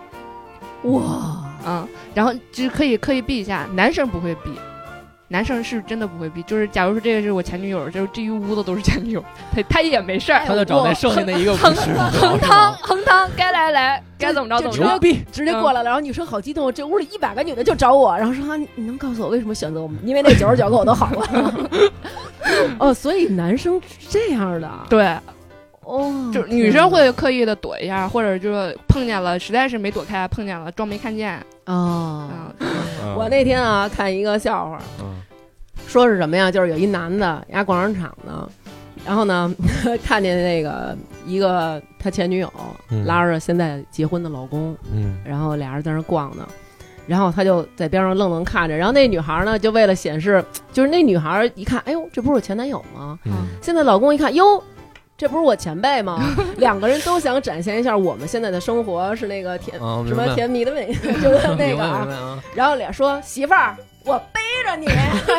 Speaker 2: 哇，
Speaker 4: 嗯，然后就是可以刻意避一下，男生不会避。男生是真的不会避，就是假如说这个是我前女友，就是这一屋子都是前女友，他 [laughs] 他也没事儿，
Speaker 3: 她就找那剩下那
Speaker 2: [laughs]
Speaker 3: 一个不是
Speaker 4: 横汤横汤，该来来，该怎么着
Speaker 2: 这
Speaker 4: 怎么
Speaker 2: 这
Speaker 3: 牛
Speaker 4: 着。
Speaker 3: 逼，
Speaker 2: 直接过来了，然后女生好激动，这屋里一百个女的就找我，然后说啊，你你能告诉我为什么选择我们？因为那九十九个我都好了。 [laughs] 哦，所以男生是这样的，
Speaker 4: 对，
Speaker 2: 哦，
Speaker 4: 就是嗯女生会刻意的躲一下，或者就是碰见了，实在是没躲开，碰见了装没看见。
Speaker 2: 哦。
Speaker 4: 嗯，
Speaker 3: 嗯
Speaker 2: 我那天啊看一个笑话，
Speaker 3: 嗯
Speaker 2: 说是什么呀？就是有一男的压逛商场呢，然后呢 [laughs] 看见那个一个他前女友
Speaker 3: 嗯
Speaker 2: 拉着现在结婚的老公，
Speaker 3: 嗯
Speaker 2: 然后俩人在那儿逛呢，然后他就在边上愣愣看着，然后那女孩呢就为了显示，就是那女孩一看，哎呦，这不是我前男友吗？
Speaker 3: 嗯
Speaker 2: 现在老公一看，哟，这不是我前辈吗？两个人都想展现一下我们现在的生活是那个甜、
Speaker 3: 啊，
Speaker 2: 什
Speaker 3: 明白 [laughs]
Speaker 2: 么甜蜜的美，就是那个
Speaker 3: 明白明
Speaker 2: 啊。
Speaker 3: 白啊，
Speaker 2: 然后俩说媳妇儿，我背着你。 [laughs]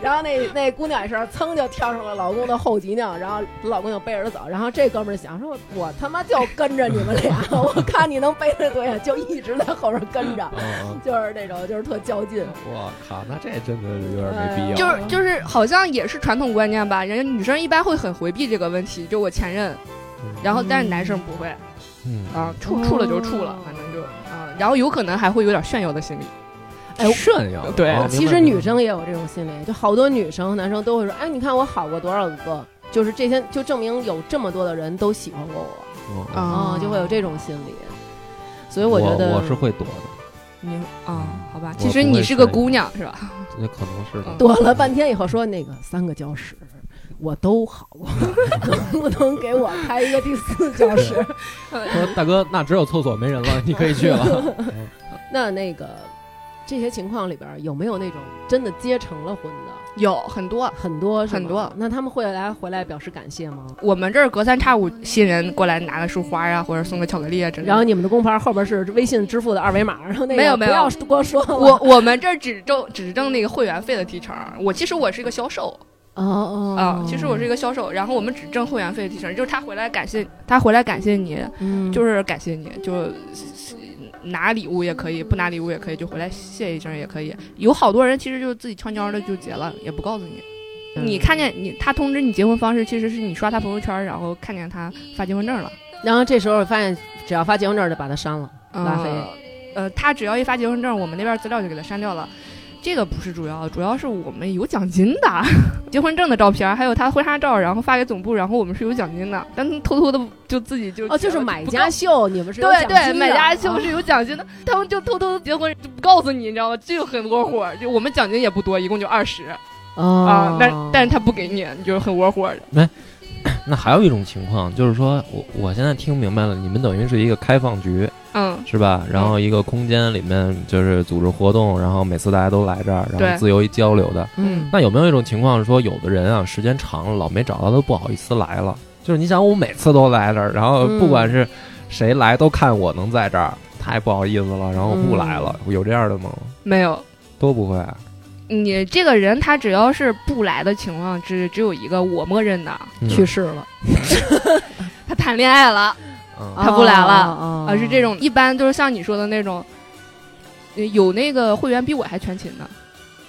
Speaker 2: 然后那那姑娘一声噌就跳上了老公的后脊梁，然后老公就背着她走。然后这哥们儿想说，我他妈就跟着你们俩， [laughs] 我看你能背着多远，就一直在后边跟着，
Speaker 3: 啊啊
Speaker 2: 就是那种就是特较劲。
Speaker 3: 我哦靠，那这真的是有点没必要，
Speaker 4: 就是就是，好像也是传统观念吧，人家女生一般会很回避这个问题，就我前任，然后但是男生不会
Speaker 3: 嗯
Speaker 4: 啊，处处了就处了
Speaker 2: 哦，
Speaker 4: 反正就啊，然后有可能还会有点炫耀的心理。
Speaker 2: 哎我
Speaker 3: 炫耀
Speaker 4: 对
Speaker 3: 啊明白
Speaker 2: 其实
Speaker 3: 明白
Speaker 2: 女生也有这种心理，就好多女生和男生都会说，哎，你看我好过多少个。就是这些，就证明有这么多的人都喜欢过我，
Speaker 3: 嗯
Speaker 4: 啊
Speaker 2: 啊，
Speaker 4: 哦
Speaker 2: 就会有这种心理。所以
Speaker 3: 我
Speaker 2: 觉得
Speaker 3: 我是会躲的，
Speaker 4: 你啊，好吧，
Speaker 3: 我
Speaker 4: 其实
Speaker 3: 不会
Speaker 4: 你是个
Speaker 3: 睡
Speaker 4: 姑娘是吧？
Speaker 3: 也可能是吧。
Speaker 2: [laughs]
Speaker 4: 嗯
Speaker 2: 躲了半天以后说那个三个教室我都
Speaker 4: [laughs]
Speaker 2: 好过，能不能给我开一个第四教室？
Speaker 3: 说大哥，那只有厕所没人了，你可以去了。
Speaker 2: [laughs] 那那个这些情况里边儿有没有那种真的结成了婚的？
Speaker 4: 有很多，
Speaker 2: 很多是吗
Speaker 4: 很多嗯
Speaker 2: 那他们会来回来表示感谢吗？
Speaker 4: 我们这儿隔三差五新人过来拿个束花啊，或者送个巧克力啊之类的。
Speaker 2: 然后你们的工牌后边是微信支付的二维码，然后那个
Speaker 4: 没有没有
Speaker 2: 不要多说了。哦
Speaker 4: 我我们这儿只挣只挣那个会员费的提成，我其实我是一个销售
Speaker 2: 哦哦
Speaker 4: 啊、其实我是一个销售，然后我们只挣会员费的提成，就是他回来感谢他回来感谢你，
Speaker 2: 嗯
Speaker 4: 就是感谢你，就拿礼物也可以，不拿礼物也可以，就回来谢一声也可以。有好多人其实就自己悄悄的就结了，也不告诉你。你看见你他通知你结婚方式，其实是你刷他朋友圈，然后看见他发结婚证了。
Speaker 2: 然后这时候发现，只要发结婚证儿就把它删了。拉黑
Speaker 4: 呃，呃，他只要一发结婚证，我们那边资料就给他删掉了。这个不是主要，主要是我们有奖金的， [laughs] 结婚证的照片，还有他婚纱照，然后发给总部，然后我们是有奖金的，但偷偷的就自己就
Speaker 2: 哦，就是
Speaker 4: 嗯不
Speaker 2: 买
Speaker 4: 告
Speaker 2: 家秀，你们是有
Speaker 4: 对
Speaker 2: 奖
Speaker 4: 对，
Speaker 2: 金
Speaker 4: 买
Speaker 2: 的
Speaker 4: 家秀
Speaker 2: 啊
Speaker 4: 是有奖金的，他们就偷偷地结婚就不告诉你，你知道吗？这有很窝火，就我们奖金也不多，一共就二十啊
Speaker 2: 哦，，
Speaker 4: 但但是他不给你，你就是很窝火的。
Speaker 3: 那还有一种情况就是说，我我现在听明白了，你们等于是一个开放局，
Speaker 4: 嗯，
Speaker 3: 是吧？然后一个空间里面就是组织活动，然后每次大家都来这儿，然
Speaker 4: 对
Speaker 3: 后自由一交流的。
Speaker 2: 嗯
Speaker 3: 那有没有一种情况是说，有的人啊，时间长了老没找到，都不好意思来了？就是你想，我每次都来这儿，然后
Speaker 2: 嗯
Speaker 3: 不管是谁来，都看我能在这儿，太不好意思了，然后不来了。
Speaker 4: 嗯
Speaker 3: 有这样的吗？
Speaker 4: 没有。
Speaker 3: 都不会啊。
Speaker 4: 你这个人，他只要是不来的情况，只只有一个我默认的，
Speaker 3: 嗯
Speaker 2: 去世了，
Speaker 4: 他谈恋爱了
Speaker 3: 嗯
Speaker 4: 他不来了
Speaker 2: 了
Speaker 4: 啊，是这啊种，一般都是像你说的那种，呃有那个会员比我还全勤的，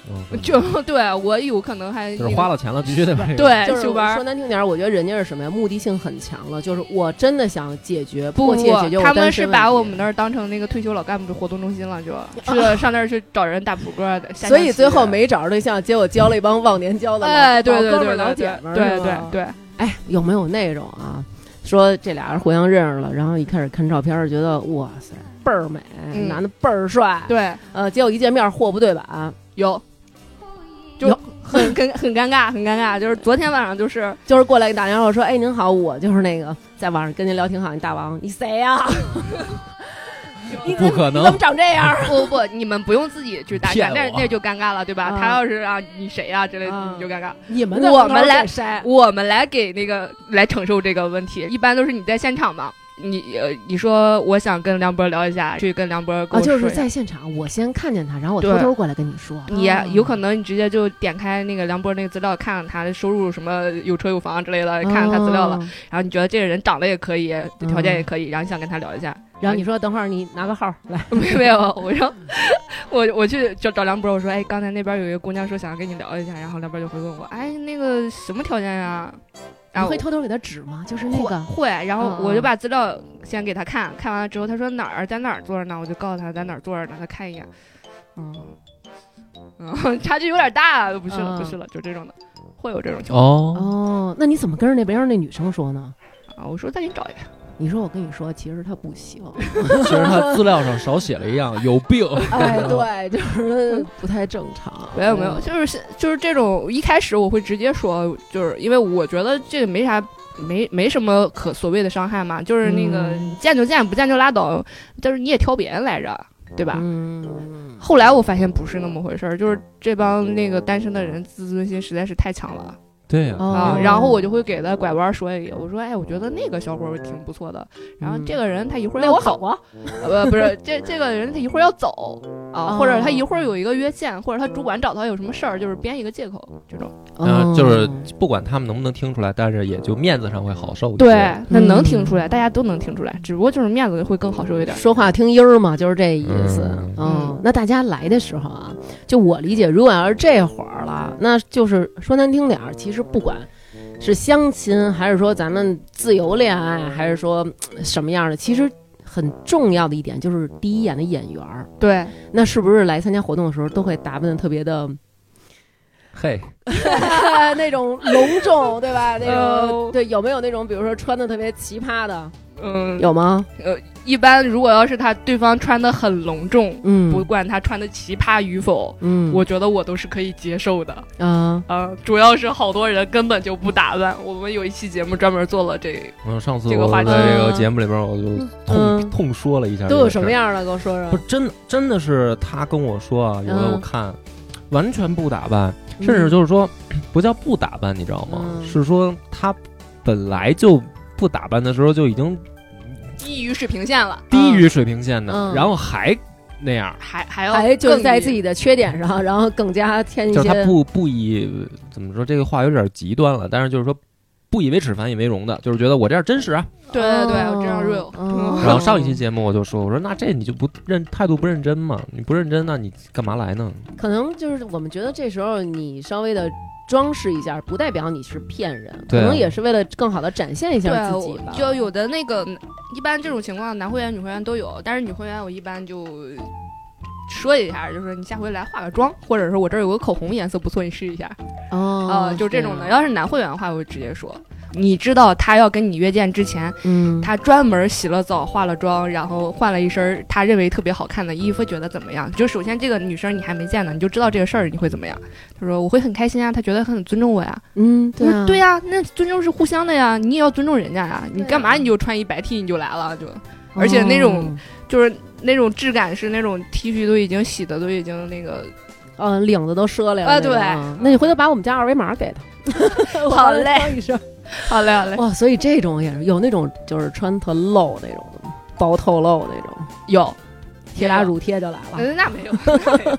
Speaker 3: 嗯
Speaker 4: 就 [laughs] 对我有可能还
Speaker 3: 就是花
Speaker 4: 了
Speaker 3: 了钱了，必须得把这个
Speaker 4: 对
Speaker 2: 就是
Speaker 4: 去玩
Speaker 2: 说
Speaker 4: 儿。
Speaker 2: 难听点儿，我觉得人家是什么呀？目的性很强了，就是我真的想解决，
Speaker 4: 不
Speaker 2: 迫切解决
Speaker 4: 不，
Speaker 2: 我
Speaker 4: 他
Speaker 2: 单
Speaker 4: 们
Speaker 2: 身
Speaker 4: 是
Speaker 2: 问
Speaker 4: 把
Speaker 2: 题
Speaker 4: 我们那儿当成那个退休老干部的活动中心
Speaker 2: [laughs]
Speaker 4: 了，就去上那儿去找人打扑克的。下
Speaker 2: 所
Speaker 4: 象
Speaker 2: 以
Speaker 4: 棋
Speaker 2: 最后没找着对象，结果交了一帮忘年交的老
Speaker 4: 哎，对
Speaker 2: 老
Speaker 4: 对
Speaker 2: 哥
Speaker 4: 对
Speaker 2: 们儿
Speaker 4: 对
Speaker 2: 老
Speaker 4: 对
Speaker 2: 姐
Speaker 4: 对
Speaker 2: 们儿，
Speaker 4: 对
Speaker 2: 是
Speaker 4: 对
Speaker 2: 吗
Speaker 4: 对，
Speaker 2: 哎，有没有那种啊？说这俩人互相认识了，然后一开始看照片儿，觉得哇塞倍儿美，
Speaker 4: 嗯
Speaker 2: 男的倍儿帅，
Speaker 4: 对
Speaker 2: 呃，结果一见面货不对版，
Speaker 4: 有，就
Speaker 2: 有
Speaker 4: 很很很尴尬，很尴尬。就是昨天晚
Speaker 3: [laughs]
Speaker 4: 上就是
Speaker 2: 就是过来给打电话说，哎，您好，我就是那个在网上跟您聊挺好，你大王，你谁
Speaker 4: [laughs]
Speaker 2: 呀、你怎
Speaker 3: 不
Speaker 2: 么
Speaker 3: 可
Speaker 2: 你怎么
Speaker 3: 能。
Speaker 2: 长这样？
Speaker 4: 不不，你们不用自己去搭
Speaker 3: 骗
Speaker 4: 讪，那
Speaker 3: 我
Speaker 4: 那就尴尬了，对吧？
Speaker 2: 啊
Speaker 4: 他要是啊，你谁呀、之类
Speaker 2: 啊
Speaker 4: 的，你就尴尬。
Speaker 2: 你们啊
Speaker 4: 在门口给
Speaker 2: 筛，
Speaker 4: 我们来给那个来承受这个问题，一般都是你在现场嘛。你呃，你说我想跟梁波聊一下，去跟梁波跟
Speaker 2: 啊，
Speaker 4: 我
Speaker 2: 就
Speaker 4: 说一下
Speaker 2: 是在现场，我先看见他，然后我
Speaker 4: 对
Speaker 2: 偷偷过来跟你说，
Speaker 4: 你也
Speaker 2: 嗯
Speaker 4: 有可能你直接就点开那个梁波那个资料，看看他的收入什么有车有房之类的，看看他资料了，
Speaker 2: 哦。
Speaker 4: 然后你觉得这个人长得也可以，条件也可以，然后你想跟他聊一下， [laughs]
Speaker 2: 然后你说等会儿你拿个号来，
Speaker 4: 没有没有，我说我我去找找梁波，我说哎，刚才那边有一个姑娘说想要跟你聊一下，然后梁波就会问我，哎，那个什么条件呀、
Speaker 2: 你
Speaker 4: 然后
Speaker 2: 会偷偷给他指吗？就是那个
Speaker 4: 会，然后
Speaker 2: 嗯
Speaker 4: 我
Speaker 2: 嗯
Speaker 4: 就把资料先给他看，看完了之后，他说哪儿在哪儿坐着呢，我就告诉他在哪儿坐着呢，他看一眼，嗯，嗯， [laughs] 差距有点大，不是了，不是了，就这种的，会有这种情况
Speaker 3: 哦，
Speaker 2: 哦，那你怎么跟着那边那女生说呢？
Speaker 4: 啊。我说再给你找一下，
Speaker 2: 你说我跟你说，其实他不行，
Speaker 3: [laughs] 其实他资料上少写了一样，有病。
Speaker 2: [laughs] 哎，对，就是他不太正常。
Speaker 4: 没有没有，就是是就是这种，一开始我会直接说，就是因为我觉得这个没啥。没没什么可所谓的伤害嘛，就是那个
Speaker 2: 嗯
Speaker 4: 见就见，不见就拉倒。但是你也挑别人来着，对吧？
Speaker 2: 嗯，
Speaker 4: 后来我发现不是那么回事儿，就是这帮那个单身的人自尊心实在是太强了
Speaker 3: [laughs] 对呀、
Speaker 2: 哦
Speaker 4: 啊。然后我就会给他拐弯说一句，我说哎，我觉得那个小伙儿挺不错的。然后这个人他一会儿
Speaker 2: 嗯那
Speaker 4: 要
Speaker 2: 我好
Speaker 4: 走，
Speaker 2: 啊，
Speaker 4: [laughs] 呃，不是这这个人他一会儿要走啊，
Speaker 2: 哦
Speaker 4: 或者他一会儿有一个约见，或者他主管找他有什么事儿，就是编一个借口这种。
Speaker 3: 嗯，就是
Speaker 2: 哦
Speaker 3: 不管他们能不能听出来，但是也就面子上会好受一些。
Speaker 4: 对，那能听出来，大家都能听出来，只不过就是面子会更好受一点。
Speaker 2: 说话听音儿嘛，就是这意思。嗯
Speaker 3: 嗯，
Speaker 2: 那大家来的时候啊，就我理解，如果要是这会儿了，那就是说难听点儿，其实不管是相亲，还是说咱们自由恋爱，还是说呃什么样的，其实很重要的一点就是第一眼的眼缘儿。
Speaker 4: 对，
Speaker 2: 那是不是来参加活动的时候都会打扮的特别的
Speaker 3: 嘿，
Speaker 2: 那种隆重，对吧？那种
Speaker 4: 哦
Speaker 2: 对，有没有那种比如说穿的特别奇葩的？
Speaker 4: 嗯，
Speaker 2: 有吗？
Speaker 4: 一般如果要是他对方穿的很隆重，
Speaker 2: 嗯，
Speaker 4: 不，管他穿的奇葩与否，
Speaker 2: 嗯，
Speaker 4: 我觉得我都是可以接受的。
Speaker 2: 啊，
Speaker 4: 呃，主要是好多人根本就不打扮。我们有一期节目专门做了这个，
Speaker 3: 嗯，上次
Speaker 4: 这个
Speaker 3: 我
Speaker 4: 话
Speaker 3: 在
Speaker 4: 题
Speaker 3: 这个
Speaker 2: 嗯
Speaker 3: 节目里边，我就
Speaker 2: 嗯
Speaker 3: 痛痛说了一下，
Speaker 2: 都有什么？样的？跟我说说
Speaker 3: 不是。真真的是他跟我说啊，有的
Speaker 2: 嗯
Speaker 3: 我看完全不打扮，甚至就是说不叫不打扮，你知道吗？
Speaker 2: 嗯
Speaker 3: 是说他本来就不打扮的时候就已经
Speaker 4: 低于水平线了，
Speaker 3: 低于水平线的，
Speaker 2: 嗯
Speaker 3: 然后还那样，
Speaker 4: 还还要
Speaker 2: 还就是
Speaker 4: 更
Speaker 2: 在
Speaker 4: 低
Speaker 2: 自己的缺点上，然后更加添一
Speaker 3: 就是他
Speaker 2: 些，
Speaker 3: 不不以怎么说这个话有点极端了，但是就是说不以为耻反以为荣的，就是觉得我这样真 [laughs] 实啊。
Speaker 4: 对对对，我这样
Speaker 2: 哦
Speaker 4: real。
Speaker 2: 哦
Speaker 3: 然后上一期节目我就说，我说那这你就不认态度不认真嘛，你不认真那你干嘛来呢？
Speaker 2: 可能就是我们觉得这时候你稍微的装饰一下，不代表你是骗人，可
Speaker 3: 对啊
Speaker 2: 能也是为了更好的展现一下自
Speaker 4: 对，
Speaker 2: 己
Speaker 4: 我
Speaker 2: 吧。
Speaker 4: 就有的那个，一般这种情况男会员、女会员都有，但是女会员我一般就说一下，就是你下回来化个妆，或者是我这儿有个口红颜色不错，你试一下啊、
Speaker 2: 哦，
Speaker 4: 就这种
Speaker 2: 是
Speaker 4: 的。
Speaker 2: 啊，
Speaker 4: 要是男会员的话，我就直接说，你知道他要跟你约见之前，
Speaker 2: 嗯，
Speaker 4: 他专门洗了澡、化了妆，然后换了一身儿他认为特别好看的衣服，觉得怎么样？就首先这个女生你还没见呢，你就知道这个事儿你会怎么样？他说我会很开心啊，他觉得很尊重我呀。
Speaker 2: 嗯，
Speaker 4: 我
Speaker 2: 对
Speaker 4: 说
Speaker 2: 啊，
Speaker 4: 对呀、那尊重是互相的呀，你也要尊重人家呀。你
Speaker 2: 对啊
Speaker 4: 干嘛你就穿一白 T 你就来了？就而且那种就是那种质感是那种 T 恤都已经洗的都已经那个
Speaker 2: 哦，嗯，领子都折了呀
Speaker 4: 啊
Speaker 2: 那种
Speaker 4: 对
Speaker 2: 那你回头把我们家二维码给他。
Speaker 4: [laughs]
Speaker 2: 我
Speaker 4: 好
Speaker 2: 帮他
Speaker 4: 嘞
Speaker 2: 挑一身
Speaker 4: 好嘞好嘞，
Speaker 2: 哇，所以这种也是有那种就是穿特露那种的吗，薄透露那种，
Speaker 4: 有
Speaker 2: 贴俩乳贴就来了。
Speaker 4: 嗯，那
Speaker 2: [laughs]
Speaker 4: 没有，那没有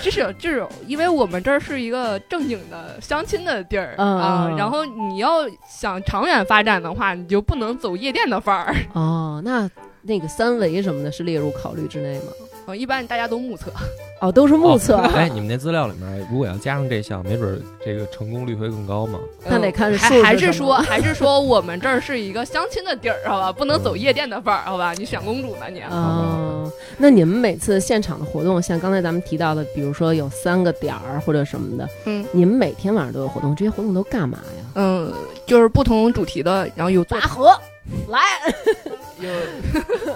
Speaker 4: 就是有这种，因为我们这儿是一个正经的相亲的地儿
Speaker 2: 嗯
Speaker 4: 啊、
Speaker 2: 嗯
Speaker 4: 然后你要想长远发展的话，你就不能走夜店的范儿。 [laughs]
Speaker 2: 哦，那那个三维什么的是列入考虑之内吗？
Speaker 4: 嗯一般大家都目测，
Speaker 2: 哦，都是目测，
Speaker 3: 哦哎，你们那资料里面如果要加上这项，没准儿这个成功率会更高嘛。
Speaker 2: 那得看
Speaker 4: 嗯
Speaker 2: 是数是
Speaker 4: 还还是
Speaker 2: 什
Speaker 4: 说
Speaker 2: 么
Speaker 4: 还是说我们这儿是一个相亲的地儿， [laughs] 好吧，不能走夜店的范儿，好吧？你选公主呢你？
Speaker 2: 哦，那你们每次现场的活动，像刚才咱们提到的，比如说有三个点儿或者什么的，
Speaker 4: 嗯
Speaker 2: 你们每天晚上都有活动，这些活动都干嘛呀？
Speaker 4: 嗯，就是不同主题的，然后有做
Speaker 2: 河来
Speaker 4: 有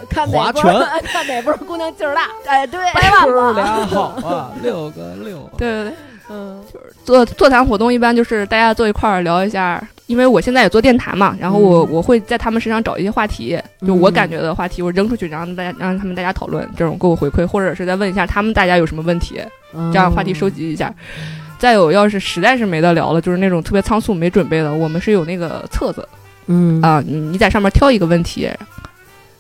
Speaker 2: 看
Speaker 3: 哪
Speaker 2: 哪
Speaker 3: 波划拳
Speaker 2: 波， [laughs] 看哪波姑娘劲儿大，
Speaker 4: [laughs] 哎对
Speaker 2: 掰腕吧。
Speaker 3: [laughs] 俩好啊，六个六。
Speaker 4: 对对对。
Speaker 2: 嗯
Speaker 4: 座座谈活动一般就是大家坐一块儿聊一下，因为我现在也做电台嘛，然后我、
Speaker 2: 嗯
Speaker 4: 我会在他们身上找一些话题，就
Speaker 2: 嗯
Speaker 4: 我感觉的话题，我扔出去，然后大家让他们大家讨论，这种给我回馈，或者是再问一下他们大家有什么问题，
Speaker 2: 嗯
Speaker 4: 这样话题收集一下。再有，要是实在是没得聊了，就是那种特别仓促没准备的，我们是有那个册子
Speaker 2: 嗯
Speaker 4: 啊、你你在上面挑一个问题，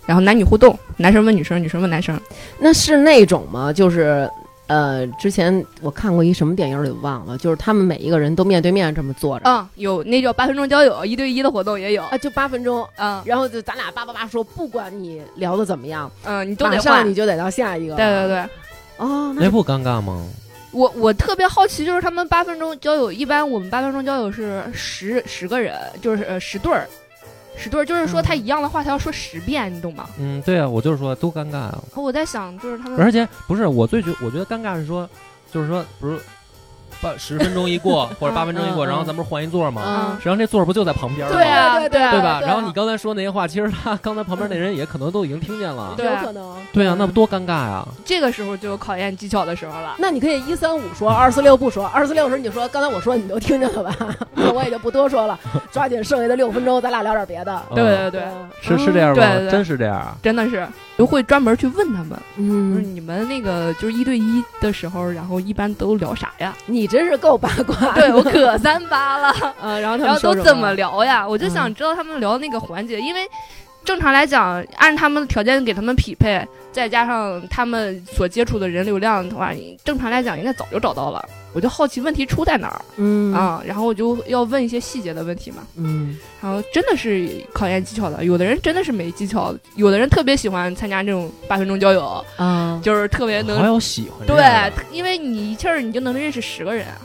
Speaker 4: 然后男女互动，男生问女生，女生问男生，
Speaker 2: 那是那种吗？就是呃，之前我看过一什么电影儿里忘了，就是他们每一个人都面对面这么坐着
Speaker 4: 嗯，有那叫八分钟交友，一对一的活动也有，
Speaker 2: 哦啊，就八分钟，
Speaker 4: 嗯
Speaker 2: 然后就咱俩叭叭叭说，不管你聊的怎么样，
Speaker 4: 嗯，你都
Speaker 2: 马
Speaker 4: 得
Speaker 2: 上
Speaker 4: 换，
Speaker 2: 你
Speaker 4: 对
Speaker 2: 就得到下一个。
Speaker 4: 对对。
Speaker 2: 哦，那
Speaker 3: 那不尴尬吗？
Speaker 4: 我我特别好奇，就是他们八分钟交友，一般我们八分钟交友是十十个人，就是呃十对儿，十对儿，就是说他一样的话，他要说十遍，你懂吗？
Speaker 3: 嗯，对啊，我就是说多尴尬啊！
Speaker 4: 我在想，就是
Speaker 2: 嗯
Speaker 4: 他们
Speaker 3: 而且不是我最觉，我觉得尴尬是说，就是说不是八十分钟一
Speaker 2: [laughs]
Speaker 3: 过或者八分钟一过，
Speaker 2: 嗯嗯
Speaker 3: 然后咱不是换一座吗？
Speaker 2: 嗯
Speaker 4: 嗯
Speaker 3: 实际上这座不就在旁边吗？
Speaker 4: 对啊
Speaker 2: 对啊
Speaker 3: 对
Speaker 4: 对啊
Speaker 3: 吧？然后你刚才说那些话，其实他刚才旁边那人也可能都已经听见了。
Speaker 4: 对
Speaker 2: 有
Speaker 4: 啊
Speaker 2: 可能。
Speaker 3: 对啊，那不多尴尬呀！
Speaker 4: 这个时候就有考验技巧的时候了。
Speaker 2: 那你可以一三五说，二四六不说，二四六时你说，刚才我说你都听见了
Speaker 3: [laughs]
Speaker 2: 吧？那我也就不多说了，抓紧剩下的六分钟，咱俩聊点别的。
Speaker 3: 嗯
Speaker 4: 对对对，
Speaker 3: 是是这样
Speaker 4: 对
Speaker 3: 吗？
Speaker 4: 对
Speaker 3: 真是这样啊？
Speaker 4: 真的是就会专门去问他们，就是
Speaker 2: 嗯，
Speaker 4: 你们那个就是一对一的时候，然后一般都聊啥呀？
Speaker 2: 你真是够八卦的。
Speaker 4: 对我 [laughs] 可三八了。
Speaker 2: 啊，然后他们
Speaker 4: 然后
Speaker 2: 说
Speaker 4: 都
Speaker 2: 什嗯
Speaker 4: 怎么聊呀？我就想知道他们聊那个环节，因为正常来讲，按他们的条件给他们匹配，再加上他们所接触的人流量的话，正常来讲应该早就找到了。我就好奇问题出在哪儿、
Speaker 2: 嗯
Speaker 4: 啊，然后我就要问一些细节的问题嘛。
Speaker 2: 嗯
Speaker 4: 然后真的是考验技巧的，有的人真的是没技巧，有的人特别喜欢参加这种八分钟交友，
Speaker 2: 啊，
Speaker 4: 就是特别
Speaker 3: 还
Speaker 4: 哎能。
Speaker 3: 有喜欢这
Speaker 4: 对
Speaker 3: 样的，
Speaker 4: 因为你一气儿你就能认识十个人，啊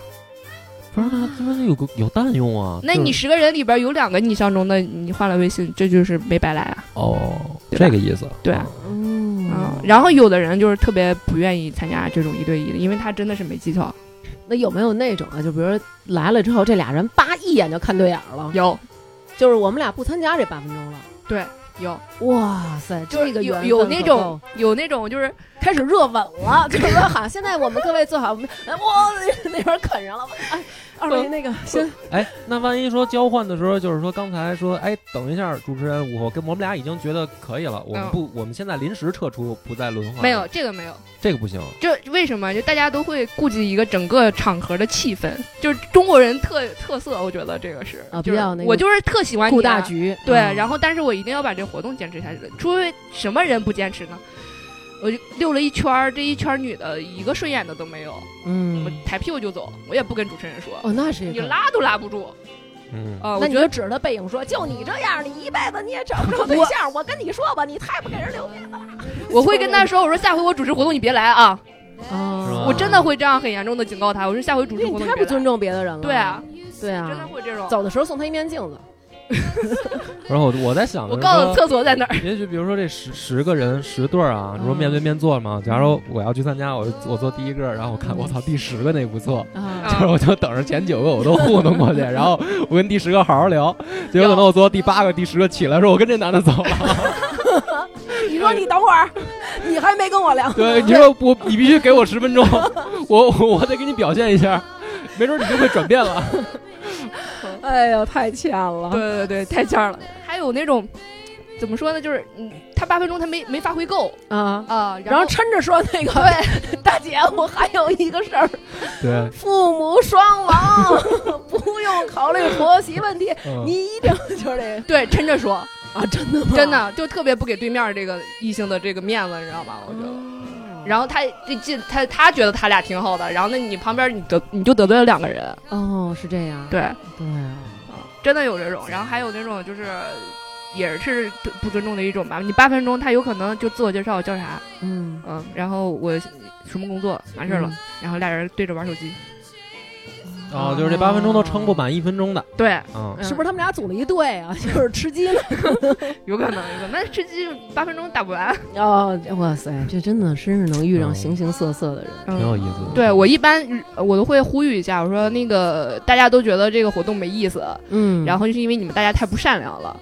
Speaker 3: 不是那他妈有个有蛋用啊？
Speaker 4: 那
Speaker 3: 就是
Speaker 4: 你十个人里边有两个你相中的，你换了微信，这就是没白来啊。
Speaker 3: 哦，
Speaker 4: 对吧
Speaker 3: 这个意思。
Speaker 4: 对啊
Speaker 3: 嗯
Speaker 2: 嗯
Speaker 4: 嗯，然后有的人就是特别不愿意参加这种一对一的，因为他真的是没技巧。
Speaker 2: 那有没有那种啊？就比如说来了之后，这俩人叭一眼就看对眼儿了，
Speaker 4: 有
Speaker 2: 就是我们俩不参加这八分钟了。
Speaker 4: 对有，
Speaker 2: 哇塞，
Speaker 4: 就
Speaker 2: 这
Speaker 4: 是
Speaker 2: 个
Speaker 4: 有
Speaker 2: 缘
Speaker 4: 有
Speaker 2: 分
Speaker 4: 那
Speaker 2: 可
Speaker 4: 种有那种就是
Speaker 2: 够开始热吻了，就是说好，现在我们各位坐好，我们哇那边啃上了，哎，二位那个先
Speaker 3: 哎，那万一说交换的时候，就是说刚才说，哎，等一下，主持人，我跟我们俩已经觉得可以了，我们
Speaker 4: 嗯
Speaker 3: 不，我们现在临时撤出，不再轮换。
Speaker 4: 没有，
Speaker 2: 嗯
Speaker 4: 这个没有，
Speaker 3: 这个不行。
Speaker 4: 就为什么就大家都会顾及一个整个场合的气氛，就是中国人特特色，我觉得这个是
Speaker 2: 啊
Speaker 4: 就
Speaker 2: 比
Speaker 4: 是
Speaker 2: 较那个
Speaker 4: 我就是特喜欢
Speaker 2: 顾
Speaker 4: 你啊
Speaker 2: 大局，
Speaker 4: 对，
Speaker 2: 嗯
Speaker 4: 然后但是我一定要把这活动坚持下去，除非什么人不坚持呢？我就溜了一圈儿，这一圈儿女的一个顺眼的都没有，我
Speaker 2: 嗯，
Speaker 4: 抬屁股就走，我也不跟主持人说，
Speaker 2: 哦，那是一
Speaker 4: 你
Speaker 2: 个。
Speaker 4: 拉都拉不住
Speaker 3: 嗯，
Speaker 4: 啊、
Speaker 2: 那
Speaker 4: 我
Speaker 2: 你就
Speaker 4: 觉得
Speaker 2: 指着他背影说：“就你这样，你一辈子你也找不着对象。我跟你说吧，你太不给人留面子了。
Speaker 4: [laughs] 我会
Speaker 2: [laughs]
Speaker 4: 跟他说，我说下回我主持活动你别来啊，
Speaker 3: 是吧
Speaker 2: 哦
Speaker 4: 我真的会这样很严重的警告他，我说下回主持
Speaker 2: 因
Speaker 4: 活
Speaker 2: 为
Speaker 4: 动
Speaker 2: 你
Speaker 4: 别
Speaker 2: 太不尊
Speaker 4: 来，
Speaker 2: 重别的人了。
Speaker 4: 对啊，
Speaker 2: 对
Speaker 4: 真的
Speaker 2: 啊，
Speaker 4: 会这种。
Speaker 2: 走的时候送他一面镜子。
Speaker 3: 然后我我在想的
Speaker 4: 我
Speaker 3: 是
Speaker 4: 告诉
Speaker 3: 说
Speaker 4: 我厕所在
Speaker 3: [laughs]
Speaker 4: 哪儿，
Speaker 3: 也许比如说这十十个人十对儿啊，你说
Speaker 2: 嗯
Speaker 3: 面对面坐嘛，假如我要去参加，我我坐第一个，然后我看我操第十个那不错，
Speaker 2: 啊
Speaker 4: 啊
Speaker 3: 就是我就等着前九个我都糊弄过去，然后我跟第十个好好聊，结果等到我坐到第八个、第十个起来说，我跟这男的走了。
Speaker 2: [laughs] 你说你等会儿， [laughs] 你还没跟我聊。
Speaker 3: 对，你说我你必须给我十分钟，我我我得给你表现一下，没准你就会转变了。
Speaker 2: 哎呦，太欠了。
Speaker 4: 对对对，太欠了。还有那种怎么说呢，就是嗯，他八分钟他没没发挥够
Speaker 2: 啊，
Speaker 4: 啊、
Speaker 2: 然
Speaker 4: 然
Speaker 2: 后抻着说那个，对， [laughs] 大姐，我还有一个事儿，
Speaker 3: 对，
Speaker 2: 父母双亡，
Speaker 4: [laughs]
Speaker 2: 不用考虑婆媳问题，
Speaker 3: 嗯
Speaker 2: 你一定就是这个
Speaker 4: 对抻着说，
Speaker 2: 啊，真的吗？
Speaker 4: [laughs] 真的 [laughs] 就特别不给对面这个异性的这个面子，你知道吗？我觉得。
Speaker 2: 哦。
Speaker 4: 然后他这这他他觉得他俩挺好的，然后那你旁边你得你就得罪了两个人，
Speaker 2: 哦，是这样。
Speaker 4: 对，
Speaker 2: 对啊，
Speaker 4: 真的有这种。然后还有那种就是也是不尊重的一种吧，你八分钟他有可能就自我介绍叫啥，
Speaker 2: 嗯，
Speaker 4: 嗯，然后我什么工作完事儿了，然后俩人对着玩手机，
Speaker 3: 哦，就是这八分钟都撑不满一分钟的，
Speaker 4: 对，
Speaker 3: 嗯，
Speaker 2: 是不是他们俩组了一队啊？ [laughs] 就是吃鸡呢？
Speaker 4: 嗯有可能有可能，那吃鸡八分钟打不完，
Speaker 2: 哦，哇塞，这真的真是能遇
Speaker 4: 哦
Speaker 2: 上
Speaker 3: 嗯
Speaker 2: 形形色色的人。
Speaker 3: 挺有意思的。
Speaker 4: 嗯对我一般呃我都会呼吁一下，我说那个大家都觉得这个活动没意思，
Speaker 2: 嗯
Speaker 4: 然后就是因为你们大家太不善良了。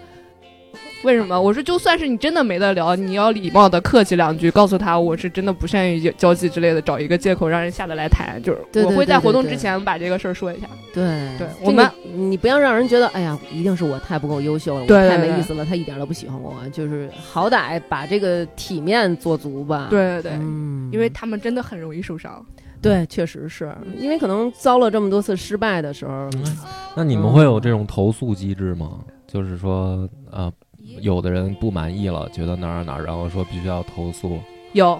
Speaker 4: 为什么？我说就算是你真的没得聊，你要礼貌的客气两句，告诉他我是真的不善于交交际之类的，找一个借口让人下得来谈。就是
Speaker 2: 对对
Speaker 4: 我
Speaker 2: 对
Speaker 4: 会在
Speaker 2: 对
Speaker 4: 活动
Speaker 2: 对啊
Speaker 4: 之前把这个事儿说一下。
Speaker 2: 对就
Speaker 4: 对我们
Speaker 2: 你你不要让人觉得，哎呀，一定是我太不够优秀了，我
Speaker 4: 对对
Speaker 2: 太没
Speaker 4: 对
Speaker 2: 意思了，他一点都不喜欢我，就是好歹把这个体面做足吧。
Speaker 4: 对对对，
Speaker 2: 嗯，
Speaker 4: 因为他们真的很容易受伤。
Speaker 2: 对，确实是因为可能遭了这么多次失败的时候，
Speaker 3: 嗯那你们会有这种投诉机制吗？就是说，呃，有的人不满意了，觉得哪儿哪儿哪儿，然后说必须要投诉。
Speaker 4: 有，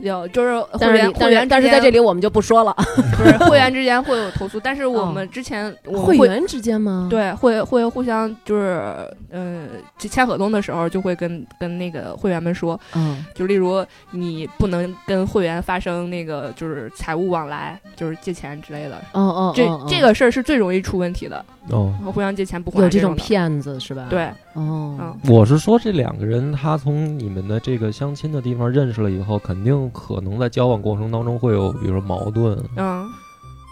Speaker 4: 有，就是
Speaker 2: 但
Speaker 4: 会
Speaker 2: 是
Speaker 4: 员
Speaker 2: 你
Speaker 4: 会
Speaker 2: 但是
Speaker 4: 员
Speaker 2: 但是
Speaker 4: 之
Speaker 2: 在这
Speaker 4: 间
Speaker 2: 里我们就不说了，
Speaker 4: 不是会员之间会有投诉，但是我们之前我
Speaker 2: 哦会
Speaker 4: 们会
Speaker 2: 员之间吗？，
Speaker 4: 对，会会互相就是呃，就签合同的时候就会跟跟那个会员们说，
Speaker 2: 嗯，
Speaker 4: 就例如你不能跟会员发生那个就是财务往来，就是借钱之类的。
Speaker 2: 哦哦，
Speaker 4: 这
Speaker 2: 哦哦
Speaker 4: 这个事儿是最容易出问题的，
Speaker 3: 哦，
Speaker 4: 然后互相借钱不还
Speaker 2: 有
Speaker 4: 这
Speaker 2: 种
Speaker 4: 的。
Speaker 2: 骗子是吧？
Speaker 4: 对，
Speaker 2: 哦
Speaker 4: 嗯，
Speaker 3: 我是说这两个人，他从你们的这个相亲的地方认识了以后，肯定可能在交往过程当中会有，比如说矛盾，
Speaker 4: 嗯，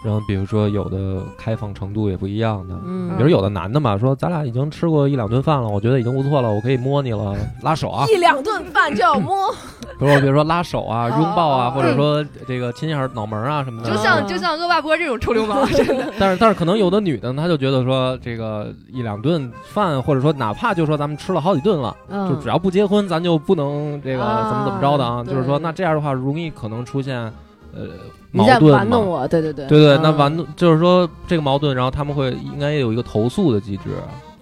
Speaker 3: 然后比如说有的开放程度也不一样的。
Speaker 2: 嗯
Speaker 3: 比如有的男的嘛，说咱俩已经吃过一两顿饭了，我觉得已经不错了，我可以摸你了，拉手啊，
Speaker 2: 一两顿饭就要摸，
Speaker 3: 比如比如说拉手啊、
Speaker 2: 哦
Speaker 3: 拥抱啊，
Speaker 2: 哦
Speaker 3: 或者说这个亲一下脑门儿啊什么的。
Speaker 4: 嗯就
Speaker 2: 嗯
Speaker 4: 像就像恶霸波这种臭
Speaker 2: [laughs]
Speaker 4: 流氓，真的
Speaker 3: 但是但是可能有的女的呢，她就觉得说这个一两顿饭，或者说哪怕就说咱们吃了好几顿了，就
Speaker 2: 嗯
Speaker 3: 只，要不结婚，咱就不能这个
Speaker 2: 啊
Speaker 3: 怎么怎么着的啊。
Speaker 2: 对
Speaker 3: 就是说，那这样的话容易可能出现呃
Speaker 2: 嗯你
Speaker 3: 矛
Speaker 2: 在
Speaker 3: 盾
Speaker 2: 玩弄
Speaker 3: 嘛。
Speaker 2: 我，对对对，
Speaker 3: 对对，那
Speaker 2: 嗯
Speaker 3: 玩弄就是说这个矛盾，然后他们会应该有一个投诉的机制，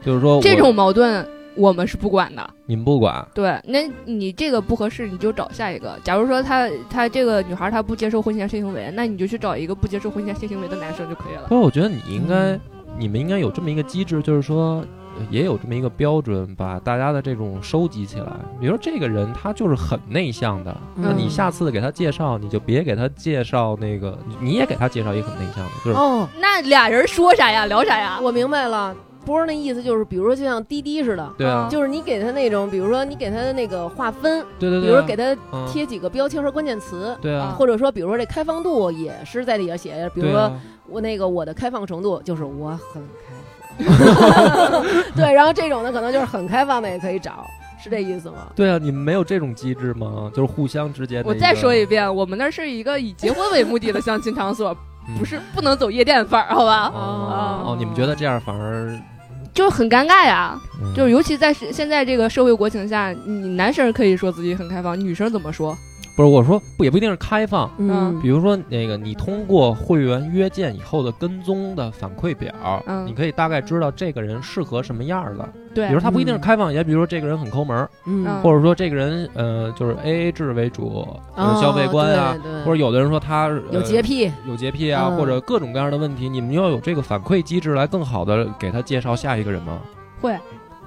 Speaker 3: 就是说我
Speaker 4: 这种矛盾我们是不管的。
Speaker 3: 你们不管，
Speaker 4: 对，那你这个不合适，你就找下一个。假如说她她这个女孩她不接受婚前性行为，那你就去找一个不接受婚前性行为的男生就可以了
Speaker 3: 不。过我觉得你应该，
Speaker 2: 嗯
Speaker 3: 你们应该有这么一个机制，就是说，呃也有这么一个标准，把大家的这种收集起来。比如说这个人他就是很内向的，那
Speaker 2: 嗯
Speaker 3: 你下次给他介绍，你就别给他介绍那个，你你也给他介绍一个很内向的，就是
Speaker 2: 哦，
Speaker 4: 那俩人说啥呀？聊啥呀？
Speaker 2: 我明白了，波那意思就是，比如说就像滴滴似的，
Speaker 3: 对啊，
Speaker 2: 就是你给他那种，比如说你给他的那个划分，
Speaker 3: 对对
Speaker 2: 比
Speaker 3: 对，
Speaker 2: 如说给他
Speaker 3: 嗯
Speaker 2: 贴几个标签和关键词，
Speaker 3: 对啊，
Speaker 2: 或者说比如说这开放度也是在底下写，比如
Speaker 3: 对
Speaker 2: 说
Speaker 3: 啊
Speaker 2: 我那个我的开放程度就是我很开放， [laughs] 对，然后这种的可能就是很开放的也可以找，是这意思吗？
Speaker 3: 对啊，你们没有这种机制吗？就是互相之间的
Speaker 4: 我
Speaker 3: 个
Speaker 4: 再说一，遍，我们那是一个以结婚为目的的相亲场所，
Speaker 3: 嗯
Speaker 4: 不是不能走夜店范儿，好吧？
Speaker 3: 哦哦，你们觉得这样反而
Speaker 4: 就是很尴尬呀，
Speaker 3: 嗯
Speaker 4: 就是尤其在是现在这个社会国情下，你男生可以说自己很开放，女生怎么说？
Speaker 3: 不是我说不也不一定是开放，
Speaker 4: 嗯
Speaker 3: 比如说那个你通过会员约见以后的跟踪的反馈表，
Speaker 4: 嗯
Speaker 3: 你可以大概知道这个人适合什么样儿的。
Speaker 4: 对
Speaker 3: 比如他不一定是开放，也比如说这个人很抠门儿，
Speaker 2: 嗯
Speaker 4: 嗯
Speaker 3: 或者说这个人呃就是 A A 制为主，
Speaker 2: 哦
Speaker 3: 就是消费观啊，
Speaker 2: 对对
Speaker 3: 或者有的人说他、呃
Speaker 2: 有洁。癖，
Speaker 3: 有洁癖啊，
Speaker 2: 嗯
Speaker 3: 或者各种各样的问题，你们要有这个反馈机制来更好的给他介绍下一个人吗？
Speaker 4: 会，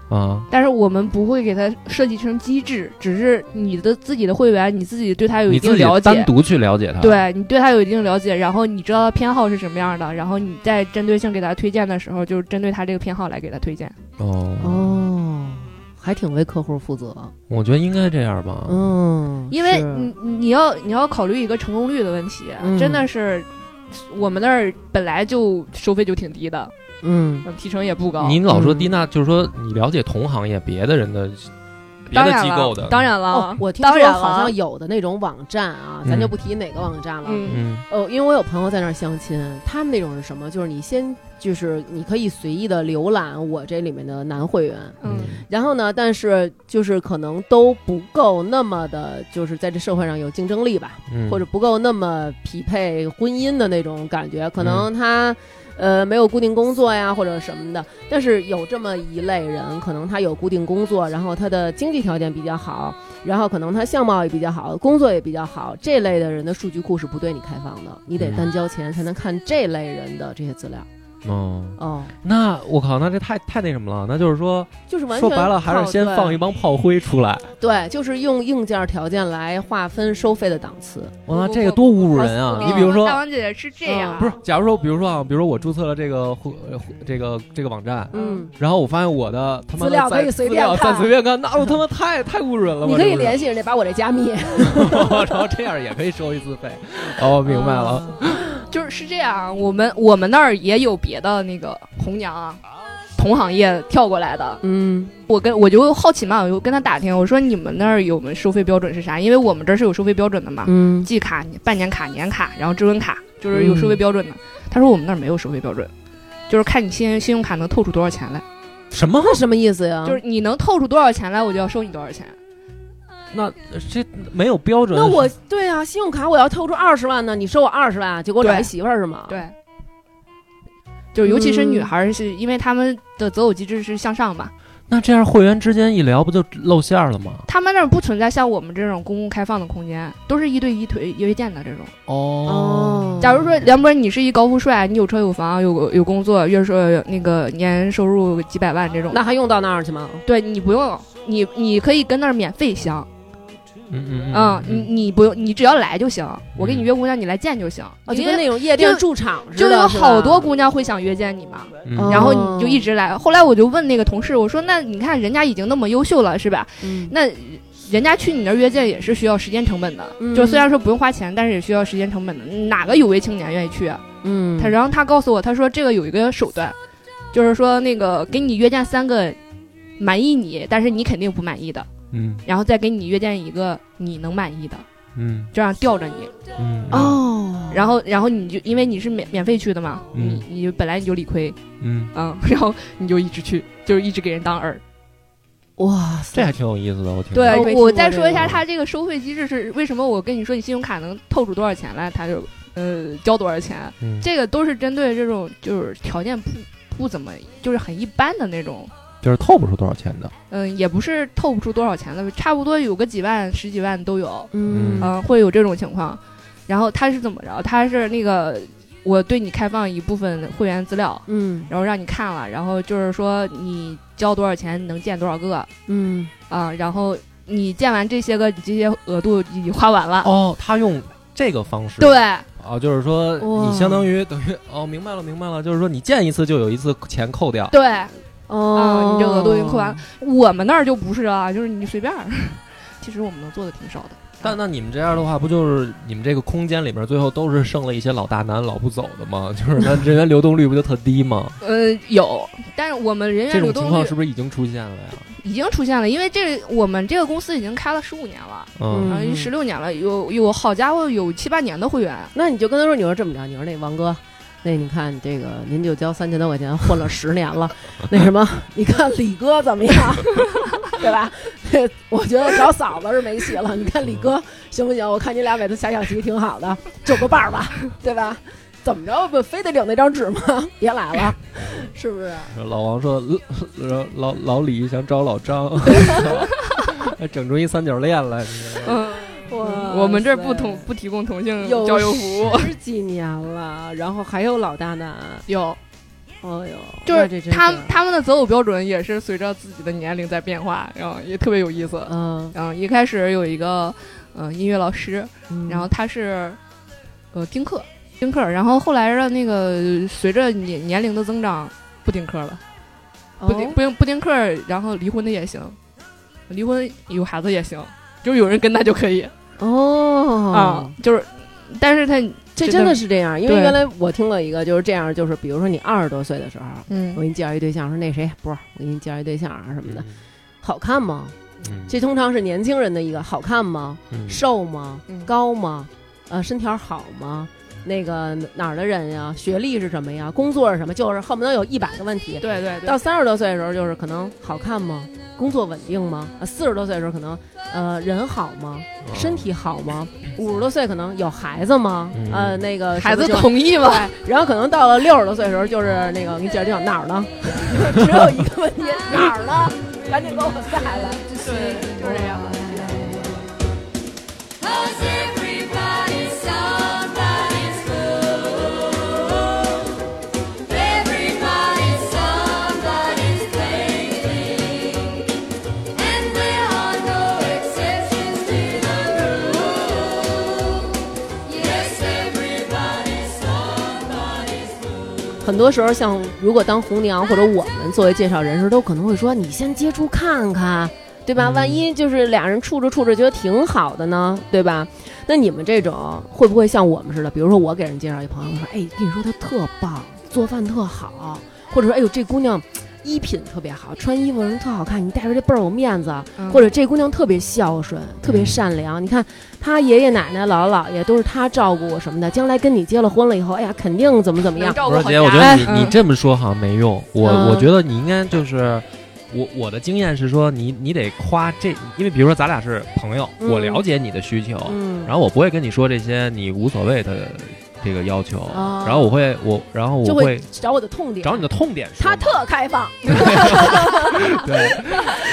Speaker 3: 啊，
Speaker 4: 但是我们不会给他设计成机制，只是你的自己的会员，你自己对他有
Speaker 3: 你
Speaker 4: 一定
Speaker 3: 自己
Speaker 4: 了
Speaker 3: 单
Speaker 4: 解，
Speaker 3: 独去了解他，，
Speaker 4: 对你对他有一定了解，然后你知道他偏好是什么样的，然后你再针对性给他推荐的时候，就是针对他这个偏好来给他推荐。
Speaker 3: 哦，
Speaker 2: 哦，还挺为客户负责，
Speaker 3: 我觉得应该这样吧，
Speaker 2: 嗯，
Speaker 4: 因为
Speaker 2: 是
Speaker 4: 你你要你要考虑一个成功率的问题，
Speaker 2: 嗯
Speaker 4: 真的是我们那儿本来就收费就挺低的，
Speaker 2: 嗯，
Speaker 4: 嗯提成也不高。
Speaker 3: 你老说
Speaker 2: 嗯
Speaker 3: 低，那就是说你了解同行业别的人的别
Speaker 4: 当
Speaker 3: 的
Speaker 4: 然
Speaker 3: 机
Speaker 4: 了
Speaker 3: 构的，
Speaker 4: 当，然了，
Speaker 2: 哦，我听
Speaker 4: 当
Speaker 2: 说
Speaker 4: 然
Speaker 2: 好像
Speaker 4: 了，
Speaker 2: 有的那种网站啊，咱就不提哪个网站了，
Speaker 4: 嗯，
Speaker 3: 嗯，
Speaker 2: 哦，因为我有朋友在那儿相亲，他们那种是什么？就是你先就是你可以随意的浏览我这里面的男会员，
Speaker 4: 嗯，
Speaker 2: 然后呢，但是就是可能都不够那么的，就是在这社会上有竞争力吧，
Speaker 3: 嗯，
Speaker 2: 或者不够那么匹配婚姻的那种感
Speaker 3: 嗯
Speaker 2: 觉，可能他。呃，没有固定工作呀，或者什么的，但是有这么一类人，可能他有固定工作，然后他的经济条件比较好，然后可能他相貌也比较好，工作也比较好，这类的人的数据库是不对你开放的，你得
Speaker 3: 嗯
Speaker 2: 单交钱才能看这类人的这些资料。
Speaker 3: 哦，
Speaker 2: 哦，
Speaker 3: 那我靠，那这太太那什么了，那就是说
Speaker 2: 就是完全
Speaker 3: 说白了还
Speaker 2: 靠
Speaker 3: 是先
Speaker 2: 对
Speaker 3: 放一帮炮灰出来，
Speaker 2: 对，就是用硬件条件来划分收费的档次。
Speaker 3: 哇，
Speaker 4: 不
Speaker 3: 这个
Speaker 4: 不
Speaker 3: 多侮辱人啊！
Speaker 2: 不
Speaker 3: 你比如说
Speaker 4: 哦大。王姐姐是这样，
Speaker 2: 嗯
Speaker 3: 不是，假如说，比如说啊，比如说我注册了这个户呃户这个这个网站，
Speaker 2: 嗯
Speaker 4: 嗯，
Speaker 3: 然后我发现我的他妈
Speaker 2: 资料可
Speaker 3: 在
Speaker 2: 以随
Speaker 3: 资
Speaker 2: 便
Speaker 3: 料
Speaker 2: 看
Speaker 3: 再随便看，那我他妈太太侮辱人了吧。
Speaker 2: 你可以
Speaker 3: 这不是
Speaker 2: 联系人家把我这加密。
Speaker 3: [laughs] 然后这样也可以收一次费。哦，明白了。
Speaker 2: 嗯
Speaker 4: 就是是这样，啊我们我们那儿也有别的那个红娘啊，同行业跳过来的。
Speaker 2: 嗯
Speaker 4: 我跟我就好奇嘛，我就跟他打听，我说你们那儿有没有收费标准是啥？因为我们这儿是有收费标准的嘛，
Speaker 2: 嗯，
Speaker 4: 季卡、半年卡、年卡，然后至尊卡，就是有
Speaker 3: 嗯
Speaker 4: 收费标准的。他说我们那儿没有收费标准，就是看你信信用卡能透出多少钱来，
Speaker 3: 什么？
Speaker 2: 那什么意思
Speaker 3: 嗯
Speaker 2: 呀？
Speaker 4: 就是你能透出多少钱来，我就要收你多少钱。
Speaker 3: 那这没有标准？
Speaker 2: 那我对啊，信用卡我要透出二十万呢，你收我二十万，结果我找
Speaker 4: 对
Speaker 2: 一媳妇儿是吗？，
Speaker 4: 对，就尤其是女
Speaker 2: 啊嗯
Speaker 4: 孩儿，是因为她们的择偶机制是向上嘛，
Speaker 3: 那这样会员之间一聊，不就露馅儿了吗？
Speaker 4: 他们那儿不存在像我们这种公共开放的空间，都是一对一推约见的这种。
Speaker 2: 哦，
Speaker 4: 假如说梁博你是一高富帅，你有车有房有有工作，月收那个年收入几百万这种，
Speaker 2: 那还用到那儿去吗？
Speaker 4: 对你不用，你你可以跟那儿免费相，
Speaker 3: 嗯嗯
Speaker 4: 嗯，你你不用，你只要来就行。我给你约姑娘，你来见就行。
Speaker 2: 哦，就
Speaker 4: 因
Speaker 2: 跟
Speaker 4: 为
Speaker 2: 那种夜店
Speaker 4: 就
Speaker 2: 驻场似
Speaker 4: 就
Speaker 2: 的，
Speaker 4: 有
Speaker 2: 是
Speaker 4: 好
Speaker 2: 吧
Speaker 4: 多姑娘会想约见你嘛，
Speaker 3: 嗯
Speaker 2: 哦
Speaker 4: 然后你就一直来。后来我就问那个同事，我说那你看人家已经那么优秀了，是吧？
Speaker 2: 嗯
Speaker 4: 那人家去你那儿约见也是需要时间成本的，
Speaker 2: 嗯
Speaker 4: 就虽然说不用花钱，但是也需要时间成本的。哪个有为青年愿意去啊？
Speaker 2: 嗯，
Speaker 4: 他然后他告诉我，他说这个有一个手段，就是说那个给你约见三个满意你，但是你肯定不满意的，
Speaker 3: 嗯
Speaker 4: 然后再给你约见一个你能满意的，
Speaker 3: 嗯
Speaker 4: 这样吊着你。
Speaker 3: 嗯
Speaker 2: 哦，
Speaker 4: 然后然后你就因为你是免免费去的嘛，
Speaker 3: 嗯
Speaker 4: 你你本来你就理亏，
Speaker 3: 嗯，
Speaker 4: 嗯， [laughs] 然后你就一直去，就是一直给人当饵。
Speaker 2: 哇
Speaker 3: 这
Speaker 2: 塞，
Speaker 3: 还挺有意思的，我听着。
Speaker 2: 哦没
Speaker 4: 对，
Speaker 2: 听过
Speaker 4: 我再
Speaker 2: 这
Speaker 4: 说一
Speaker 2: 个
Speaker 4: 下他这个收费机制是为什么？我跟你说，你信用卡能透出多少钱来，他就呃交多少钱，
Speaker 3: 嗯
Speaker 4: 这个都是针对这种就是条件不不怎么就是很一般的那种，
Speaker 3: 就是透不出多少钱的。
Speaker 4: 嗯、也不是透不出多少钱的，差不多有个几万、十几万都有，
Speaker 2: 嗯
Speaker 4: 嗯、会有这种情况。然后他是怎么着？他是那个我对你开放一部分会员资料，
Speaker 2: 嗯
Speaker 4: 然后让你看了，然后就是说你交多少钱能见多少个，
Speaker 2: 嗯，
Speaker 4: 啊，然后你见完这些个，你这些额度已经花完了。
Speaker 3: 哦，他用这个方式。
Speaker 4: 对，
Speaker 3: 哦，就是说
Speaker 2: 哇
Speaker 3: 你相当于等于哦，明白了，明白了，就是说你见一次就有一次钱扣掉。
Speaker 4: 对，
Speaker 2: 哦
Speaker 4: 啊，，你这额度已经扣完了。我们那儿就不是啊，就是你随便儿。 [laughs] 其实我们能做的挺少的。
Speaker 3: 但那你们这样的话，不就是你们这个空间里面最后都是剩了一些老大难老不走的吗？ [laughs] 就是那人员流动率不就特低吗？
Speaker 4: 呃，有，但是我们人员
Speaker 3: 这
Speaker 4: 流
Speaker 3: 种情
Speaker 4: 动
Speaker 3: 况
Speaker 4: 率
Speaker 3: 是不是已经出现了呀？
Speaker 4: 已经出现了，因为这我们这个公司已经开了十五年了，
Speaker 3: 嗯，
Speaker 4: 然后十六年了，有有好家伙有七八年的会员。
Speaker 2: 那你就跟他说，你说这么着，你说那王哥，那你看这个，您就交三千多块钱混了十年了， [laughs] 那什么，你看李哥怎么样， [laughs] 对吧？我觉得找嫂子是没戏了，你看李哥行不行？我看你俩给他下象棋挺好的，就个伴儿吧，对吧？怎么着不非得领那张纸吗？ [laughs] 别来了，是不是？
Speaker 3: 老王说，老老老李想找老 [laughs] 张，哎整出一三角恋来。
Speaker 4: 嗯，
Speaker 2: 哇
Speaker 4: 我们这儿不
Speaker 2: 塞
Speaker 4: 同不提供同性
Speaker 2: 有
Speaker 4: 交友服务。
Speaker 2: 十几年了，然后还有老大难，
Speaker 4: 有，
Speaker 2: 哦呦，
Speaker 4: 就
Speaker 2: 那这
Speaker 4: 是
Speaker 2: 真
Speaker 4: 他他们的择偶标准也是随着自己的年龄在变化，然后也特别有意思。
Speaker 2: 嗯，
Speaker 4: 嗯，一开始有一个嗯、呃音乐老师，
Speaker 2: 嗯
Speaker 4: 然后他是呃丁克，丁克，然后后来的那个随着年年龄的增长不丁克了，不丁、
Speaker 2: 哦
Speaker 4: 不用不丁克，然后离婚的也行，离婚有孩子也行，就是有人跟他就可以啊、
Speaker 2: 哦
Speaker 4: 就是，但是他
Speaker 2: 这
Speaker 4: 这
Speaker 2: 真
Speaker 4: 个
Speaker 2: 的是这样，因为
Speaker 4: 啊对
Speaker 2: 原来我听了一个就是这样，就是比如说你二十多岁的时候，我
Speaker 4: 嗯
Speaker 2: 给你介绍一对象，说那谁不是我给你介绍一对象啊什么的，好看吗？
Speaker 3: 嗯
Speaker 2: 这通常是年轻人的一个好看吗？
Speaker 3: 嗯
Speaker 2: 瘦吗？
Speaker 4: 嗯
Speaker 2: 高吗？呃，身条好吗？那个哪儿的人呀？学历是什么呀？工作是什么？就是恨不得有一百个问题。
Speaker 4: 对对
Speaker 2: 到
Speaker 4: 对，
Speaker 2: 三十多岁的时候，就是可能好看吗？工作稳定吗？啊，四十多岁的时候可能，呃，人好吗？身体好吗？五十多岁可能有孩子吗？
Speaker 3: 嗯
Speaker 2: 呃，那个
Speaker 4: 孩子
Speaker 2: 什么就
Speaker 4: 同意吗？
Speaker 2: [laughs] 然后可能到了六十多岁的时候，就是那个给你介绍对象哪儿
Speaker 4: [laughs]
Speaker 2: 呢？只有一个问题，哪儿呢？赶紧给我带来。
Speaker 4: 对，就是这样。
Speaker 1: Cause everybody's somebody's fool. Everybody's somebody's baby. And there are no exceptions to the rule. Yes, everybody's somebody's fool.
Speaker 2: 很多时候，像如果当红娘或者我们作为介绍人时，都可能会说：“你先接触看看，对吧？万一就是俩人处着处着觉得挺好的呢，对吧？”那你们这种会不会像我们似的？比如说，我给人介绍一朋友，我说：“哎，跟你说她特棒，做饭特好，或者说，哎呦，这姑娘衣品特别好，穿衣服人特好看，你带出去倍儿有面子。”
Speaker 4: 嗯
Speaker 2: 或者这姑娘特别孝顺，特别善良。你看她爷爷奶奶、姥姥姥爷都是她照顾什么的，将来跟你结了婚了以后，哎呀，肯定怎么怎么样
Speaker 4: 能。照
Speaker 3: 不
Speaker 4: 顾
Speaker 3: 是
Speaker 4: 好
Speaker 3: 姐，我觉
Speaker 4: 家
Speaker 3: 得你你
Speaker 4: 嗯
Speaker 3: 这么说好像没用。我
Speaker 2: 哎嗯
Speaker 3: 我觉得你应该就是，我我的经验是说，你你得夸这，因为比如说咱俩是朋友，
Speaker 2: 嗯
Speaker 3: 我了解你的需求，
Speaker 2: 嗯，
Speaker 3: 然后我不会跟你说这些你无所谓的这个要求，
Speaker 2: 哦
Speaker 3: 然后我会我然后我
Speaker 2: 就
Speaker 3: 会
Speaker 2: 找我的痛点，
Speaker 3: 找你的痛点说
Speaker 2: 她
Speaker 3: 嘛。
Speaker 2: 特开放。 [laughs]
Speaker 3: 对，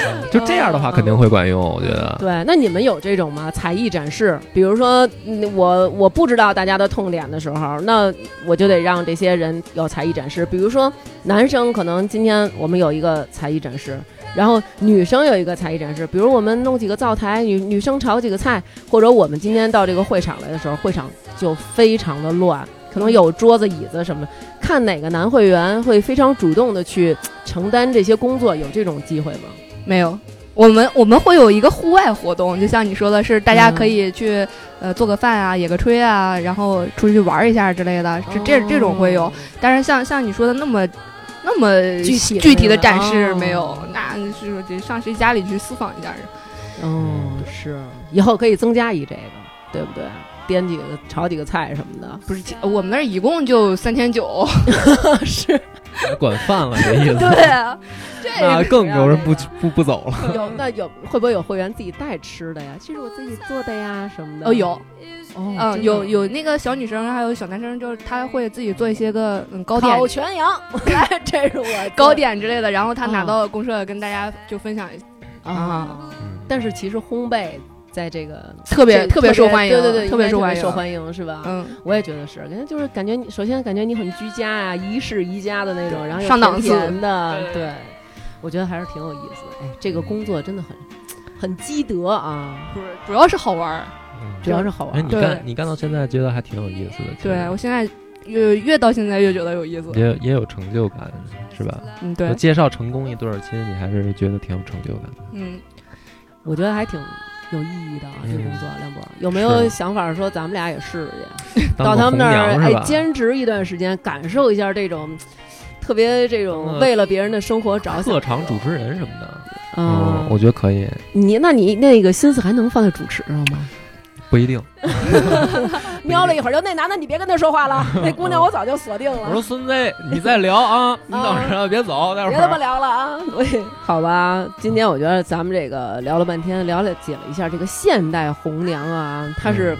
Speaker 3: 嗯就这样的话肯定会管用，我觉得。
Speaker 2: 对，那你们有这种吗？才艺展示，比如说嗯我我不知道大家的痛点的时候，那我就得让这些人有才艺展示。比如说男生可能今天我们有一个才艺展示，然后女生有一个才艺展示，比如我们弄几个灶台，女女生炒几个菜，或者我们今天到这个会场来的时候，会场就非常的乱。可能有桌子、椅子什么的，看哪个男会员会非常主动的去承担这些工作，有这种机会吗？
Speaker 4: 没有，我们我们会有一个户外活动，就像你说的是，大家
Speaker 2: 嗯
Speaker 4: 可以去、呃做个饭啊，野个炊啊，然后出去玩一下之类的，这
Speaker 2: 哦
Speaker 4: 这这种会有。但是像像你说的那么那么
Speaker 2: 具体的
Speaker 4: 具体的展示
Speaker 2: 哦
Speaker 4: 没有，那是得上谁家里去私访一下。嗯
Speaker 2: 哦，是，以后可以增加一这个，对不对？颠几个、炒几个菜什么
Speaker 4: [laughs]
Speaker 2: 的，
Speaker 4: 不是，我们那儿一共就三千九，
Speaker 2: 是
Speaker 3: 管饭了这意思。
Speaker 4: 对啊，这
Speaker 3: 那更有人不
Speaker 2: 这个
Speaker 3: 不不走了。
Speaker 4: [laughs]
Speaker 2: 有那有会不会有会员自己带吃的呀？这是我自己做的呀，什么的。
Speaker 4: 哦有，
Speaker 2: 哦，
Speaker 4: 嗯
Speaker 2: 真的
Speaker 4: 有有那个小女生还有小男生，就是他会自己做一些个嗯糕点
Speaker 2: 烤全羊，来， [laughs] 这是我
Speaker 4: [laughs]
Speaker 2: 做的
Speaker 4: 糕点之类的，然后他拿
Speaker 2: 哦
Speaker 4: 到公社跟大家就分享一下。
Speaker 2: 啊。但是其实烘焙在这个
Speaker 4: 特别
Speaker 2: 这
Speaker 4: 特别受欢迎，
Speaker 2: 对对对，
Speaker 4: 特别
Speaker 2: 应该
Speaker 4: 受
Speaker 2: 特
Speaker 4: 欢
Speaker 2: 别
Speaker 4: 迎，
Speaker 2: 受欢迎是吧？
Speaker 4: 嗯，
Speaker 2: 我也觉得是，感觉就是感觉你首先感觉你很居家啊，一室宜家的那种，然后又
Speaker 4: 上档次
Speaker 2: 甜甜的，
Speaker 4: 对
Speaker 2: 对，我觉得还是挺有意思的。哎，这个工作真的很很积德啊，
Speaker 4: 不是，主要是好玩儿。
Speaker 3: 嗯
Speaker 2: 主要是好玩
Speaker 3: 哎，
Speaker 2: 儿。
Speaker 3: 你
Speaker 4: 对
Speaker 3: 干你干到现在觉得还挺有意思的。其实
Speaker 4: 对我现在越越到现在越觉得有意思。
Speaker 3: 也也有成就感，是吧？
Speaker 4: 嗯，
Speaker 3: 我
Speaker 4: 对，
Speaker 3: 介绍成功一对儿亲，你还是觉得挺有成就感的。
Speaker 4: 嗯，
Speaker 2: 我觉得还挺有意义的啊这
Speaker 3: 嗯
Speaker 2: 工作。梁博有没有
Speaker 3: 是
Speaker 2: 想法说咱们俩也试试去？
Speaker 3: 当
Speaker 2: 到
Speaker 3: 个
Speaker 2: 他们那
Speaker 3: 红
Speaker 2: 儿
Speaker 3: 娘
Speaker 2: 哎
Speaker 3: 是吧？
Speaker 2: 兼职一段时间，感受一下这种特别这
Speaker 3: 当
Speaker 2: 种
Speaker 3: 个
Speaker 2: 为了别人的生活着想
Speaker 3: 特长主持嗯人什么的，
Speaker 2: 啊。
Speaker 3: 我觉得可以，
Speaker 2: 你那你那个心思还能放在主持上吗？
Speaker 3: 不一定。
Speaker 2: 瞄了一会儿，就那男的你别跟他说话 [laughs] 了，那姑娘我早就锁定
Speaker 3: 我
Speaker 2: 了
Speaker 3: 说。孙子，你再聊啊，你等着，别走，待会
Speaker 2: 嗯 [laughs] 别他妈
Speaker 3: 儿。
Speaker 2: 聊了啊！对， [laughs] 好吧，今天我觉得咱们这个聊了半天，了解了一下这个现代红娘啊，她是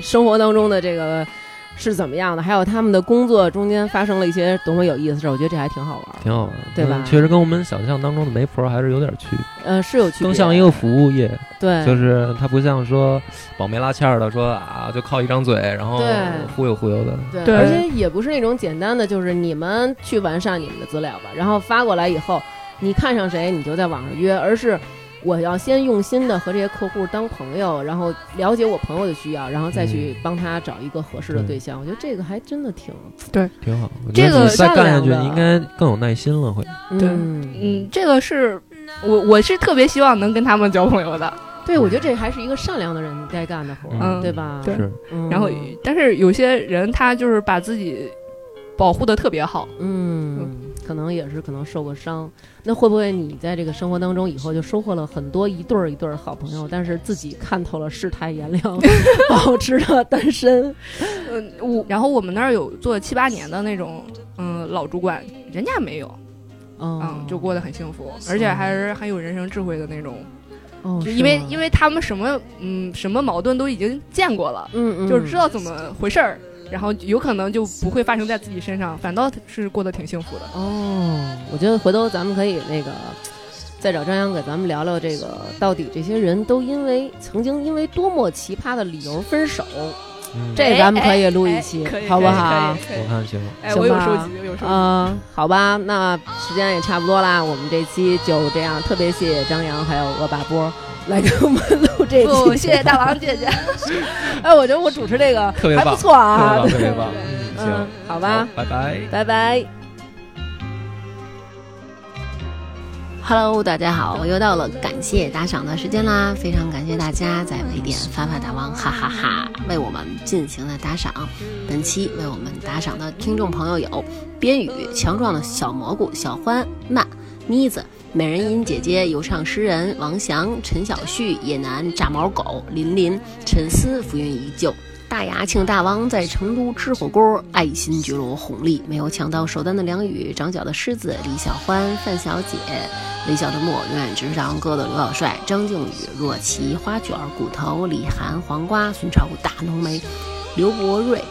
Speaker 2: 生活当中的这个是怎么样的，还有他们的工作中间发生了一些多么有意思的事儿，我觉得这还挺好玩儿。
Speaker 3: 挺好玩的，
Speaker 2: 对吧
Speaker 3: 嗯确实跟我们想象当中的媒婆还是有点区别，
Speaker 2: 呃，是有区别，
Speaker 3: 更像一个服务业，
Speaker 2: 对，
Speaker 3: 就是它不像说保媒拉纤儿的，说啊就靠一张嘴，然后
Speaker 2: 对
Speaker 3: 忽悠忽悠的。
Speaker 2: 对，
Speaker 4: 对
Speaker 2: 而且也不是那种简单的，就是你们去完善你们的资料吧，然后发过来以后，你看上谁你就在网上约，而是我要先用心的和这些客户当朋友，然后了解我朋友的需要，然后再去
Speaker 4: 嗯
Speaker 2: 帮他找一个合适的对象。我觉得这个还真的挺，
Speaker 3: 挺好，我
Speaker 4: 这
Speaker 3: 觉得
Speaker 4: 个
Speaker 3: 你再
Speaker 2: 善
Speaker 3: 干下去，
Speaker 2: 良的
Speaker 3: 你应该更有耐心了，会。
Speaker 4: 对
Speaker 2: 嗯，
Speaker 4: 嗯，这个是我我是特别希望能跟他们交朋友的，
Speaker 2: 对，我觉得这还是一个善良的人该干的活儿，
Speaker 4: 嗯
Speaker 2: 对吧？
Speaker 4: 对
Speaker 3: 是，
Speaker 2: 嗯
Speaker 4: 然后但是有些人他就是把自己保护的特别好，
Speaker 2: 嗯，可能也是可能受过伤。那会不会你在这个生活当中以后就收获了很多一对儿一对儿好朋
Speaker 4: [laughs]
Speaker 2: 友，但是自己看透了世态炎凉， [laughs] 保持了单身？
Speaker 4: 嗯，我然后我们那儿有做七八年的那种，嗯，老主管，人家没有，
Speaker 2: 哦
Speaker 4: 嗯，，就过得很幸福，而且还是很有人生智慧的那种，
Speaker 2: 哦，
Speaker 4: 就因为因
Speaker 2: 为
Speaker 4: 为他们什么嗯什么矛盾都已经见过了，
Speaker 2: 嗯嗯，
Speaker 4: 就是知道怎么回事儿，然后有可能就不会发生在自己身上，反倒是过得挺幸福的。
Speaker 2: 哦，我觉得回头咱们可以那个。再找张扬给咱们聊聊这个，到底这些人都因为曾经因为多么奇葩的理由分手，
Speaker 3: 嗯
Speaker 2: 这咱们可以录一
Speaker 4: 哎
Speaker 2: 期，
Speaker 4: 可以
Speaker 2: 好不
Speaker 4: 可以
Speaker 2: 好？
Speaker 4: 可以
Speaker 3: 我
Speaker 4: 可以
Speaker 3: 看行。
Speaker 4: 哎，
Speaker 2: 行
Speaker 4: 我有
Speaker 2: 吧
Speaker 4: 收集，我有收集。
Speaker 2: 啊、好吧，那时间也差不多啦，我们这期就这样。特别谢谢张扬还有恶霸波来给我们录这期。
Speaker 4: 不，谢谢大王姐姐。
Speaker 2: [laughs] 哎，我觉得我主持这个
Speaker 3: 特别
Speaker 2: 还
Speaker 3: 棒
Speaker 2: 不错啊，
Speaker 3: 特别棒，特别棒
Speaker 2: 对。
Speaker 3: 嗯，
Speaker 2: 嗯
Speaker 3: 行，，
Speaker 2: 好吧
Speaker 3: 好，，拜拜。
Speaker 2: 拜拜。
Speaker 5: Hello，大家好，又到了感谢打赏的时间啦！非常感谢大家在微店发发大王哈哈哈为我们进行的打赏。本期为我们打赏的听众朋友有边宇、强壮的小蘑菇、小欢、曼、妮子、美人音姐姐、游唱诗人王翔、陈小旭、野男、炸毛狗、林林、陈思、浮云依旧。大牙庆大王在成都吃火锅，爱新觉罗红利没有抢到首单的梁宇，长角的狮子李小欢、范小姐、微笑的墨永远执掌哥的刘小帅、张靖宇、若琪、花卷、骨头、李涵、黄瓜、孙超、大浓眉、刘博瑞、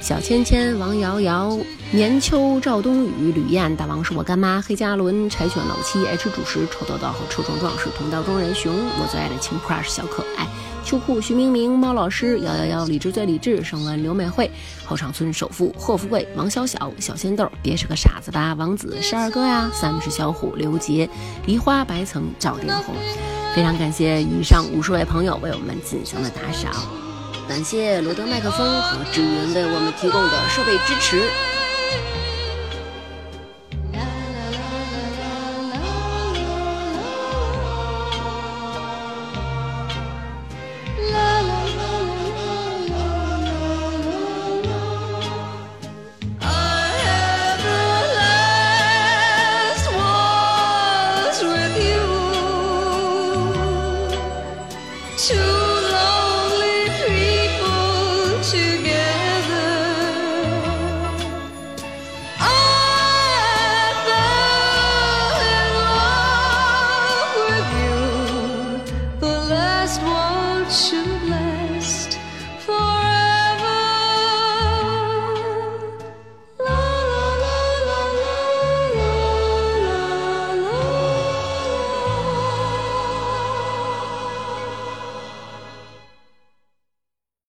Speaker 5: 小芊芊、王瑶瑶、年秋、赵冬雨、吕燕、大王是我干妈、黑加仑、柴犬老七、H 主食、臭豆豆和臭壮壮是同道中人熊，我最爱的情 crush 小可爱。秋裤、徐明明、猫老师、幺幺幺、理智最理智、声文刘美惠、后场村首富霍富贵、王小小、小鲜豆，别是个傻子吧，王子是二哥呀，Sam 是小虎、刘杰、梨花白层、赵天红。非常感谢以上五十位朋友为我们进行的打赏，感谢罗德麦克风和志云为我们提供的设备支持。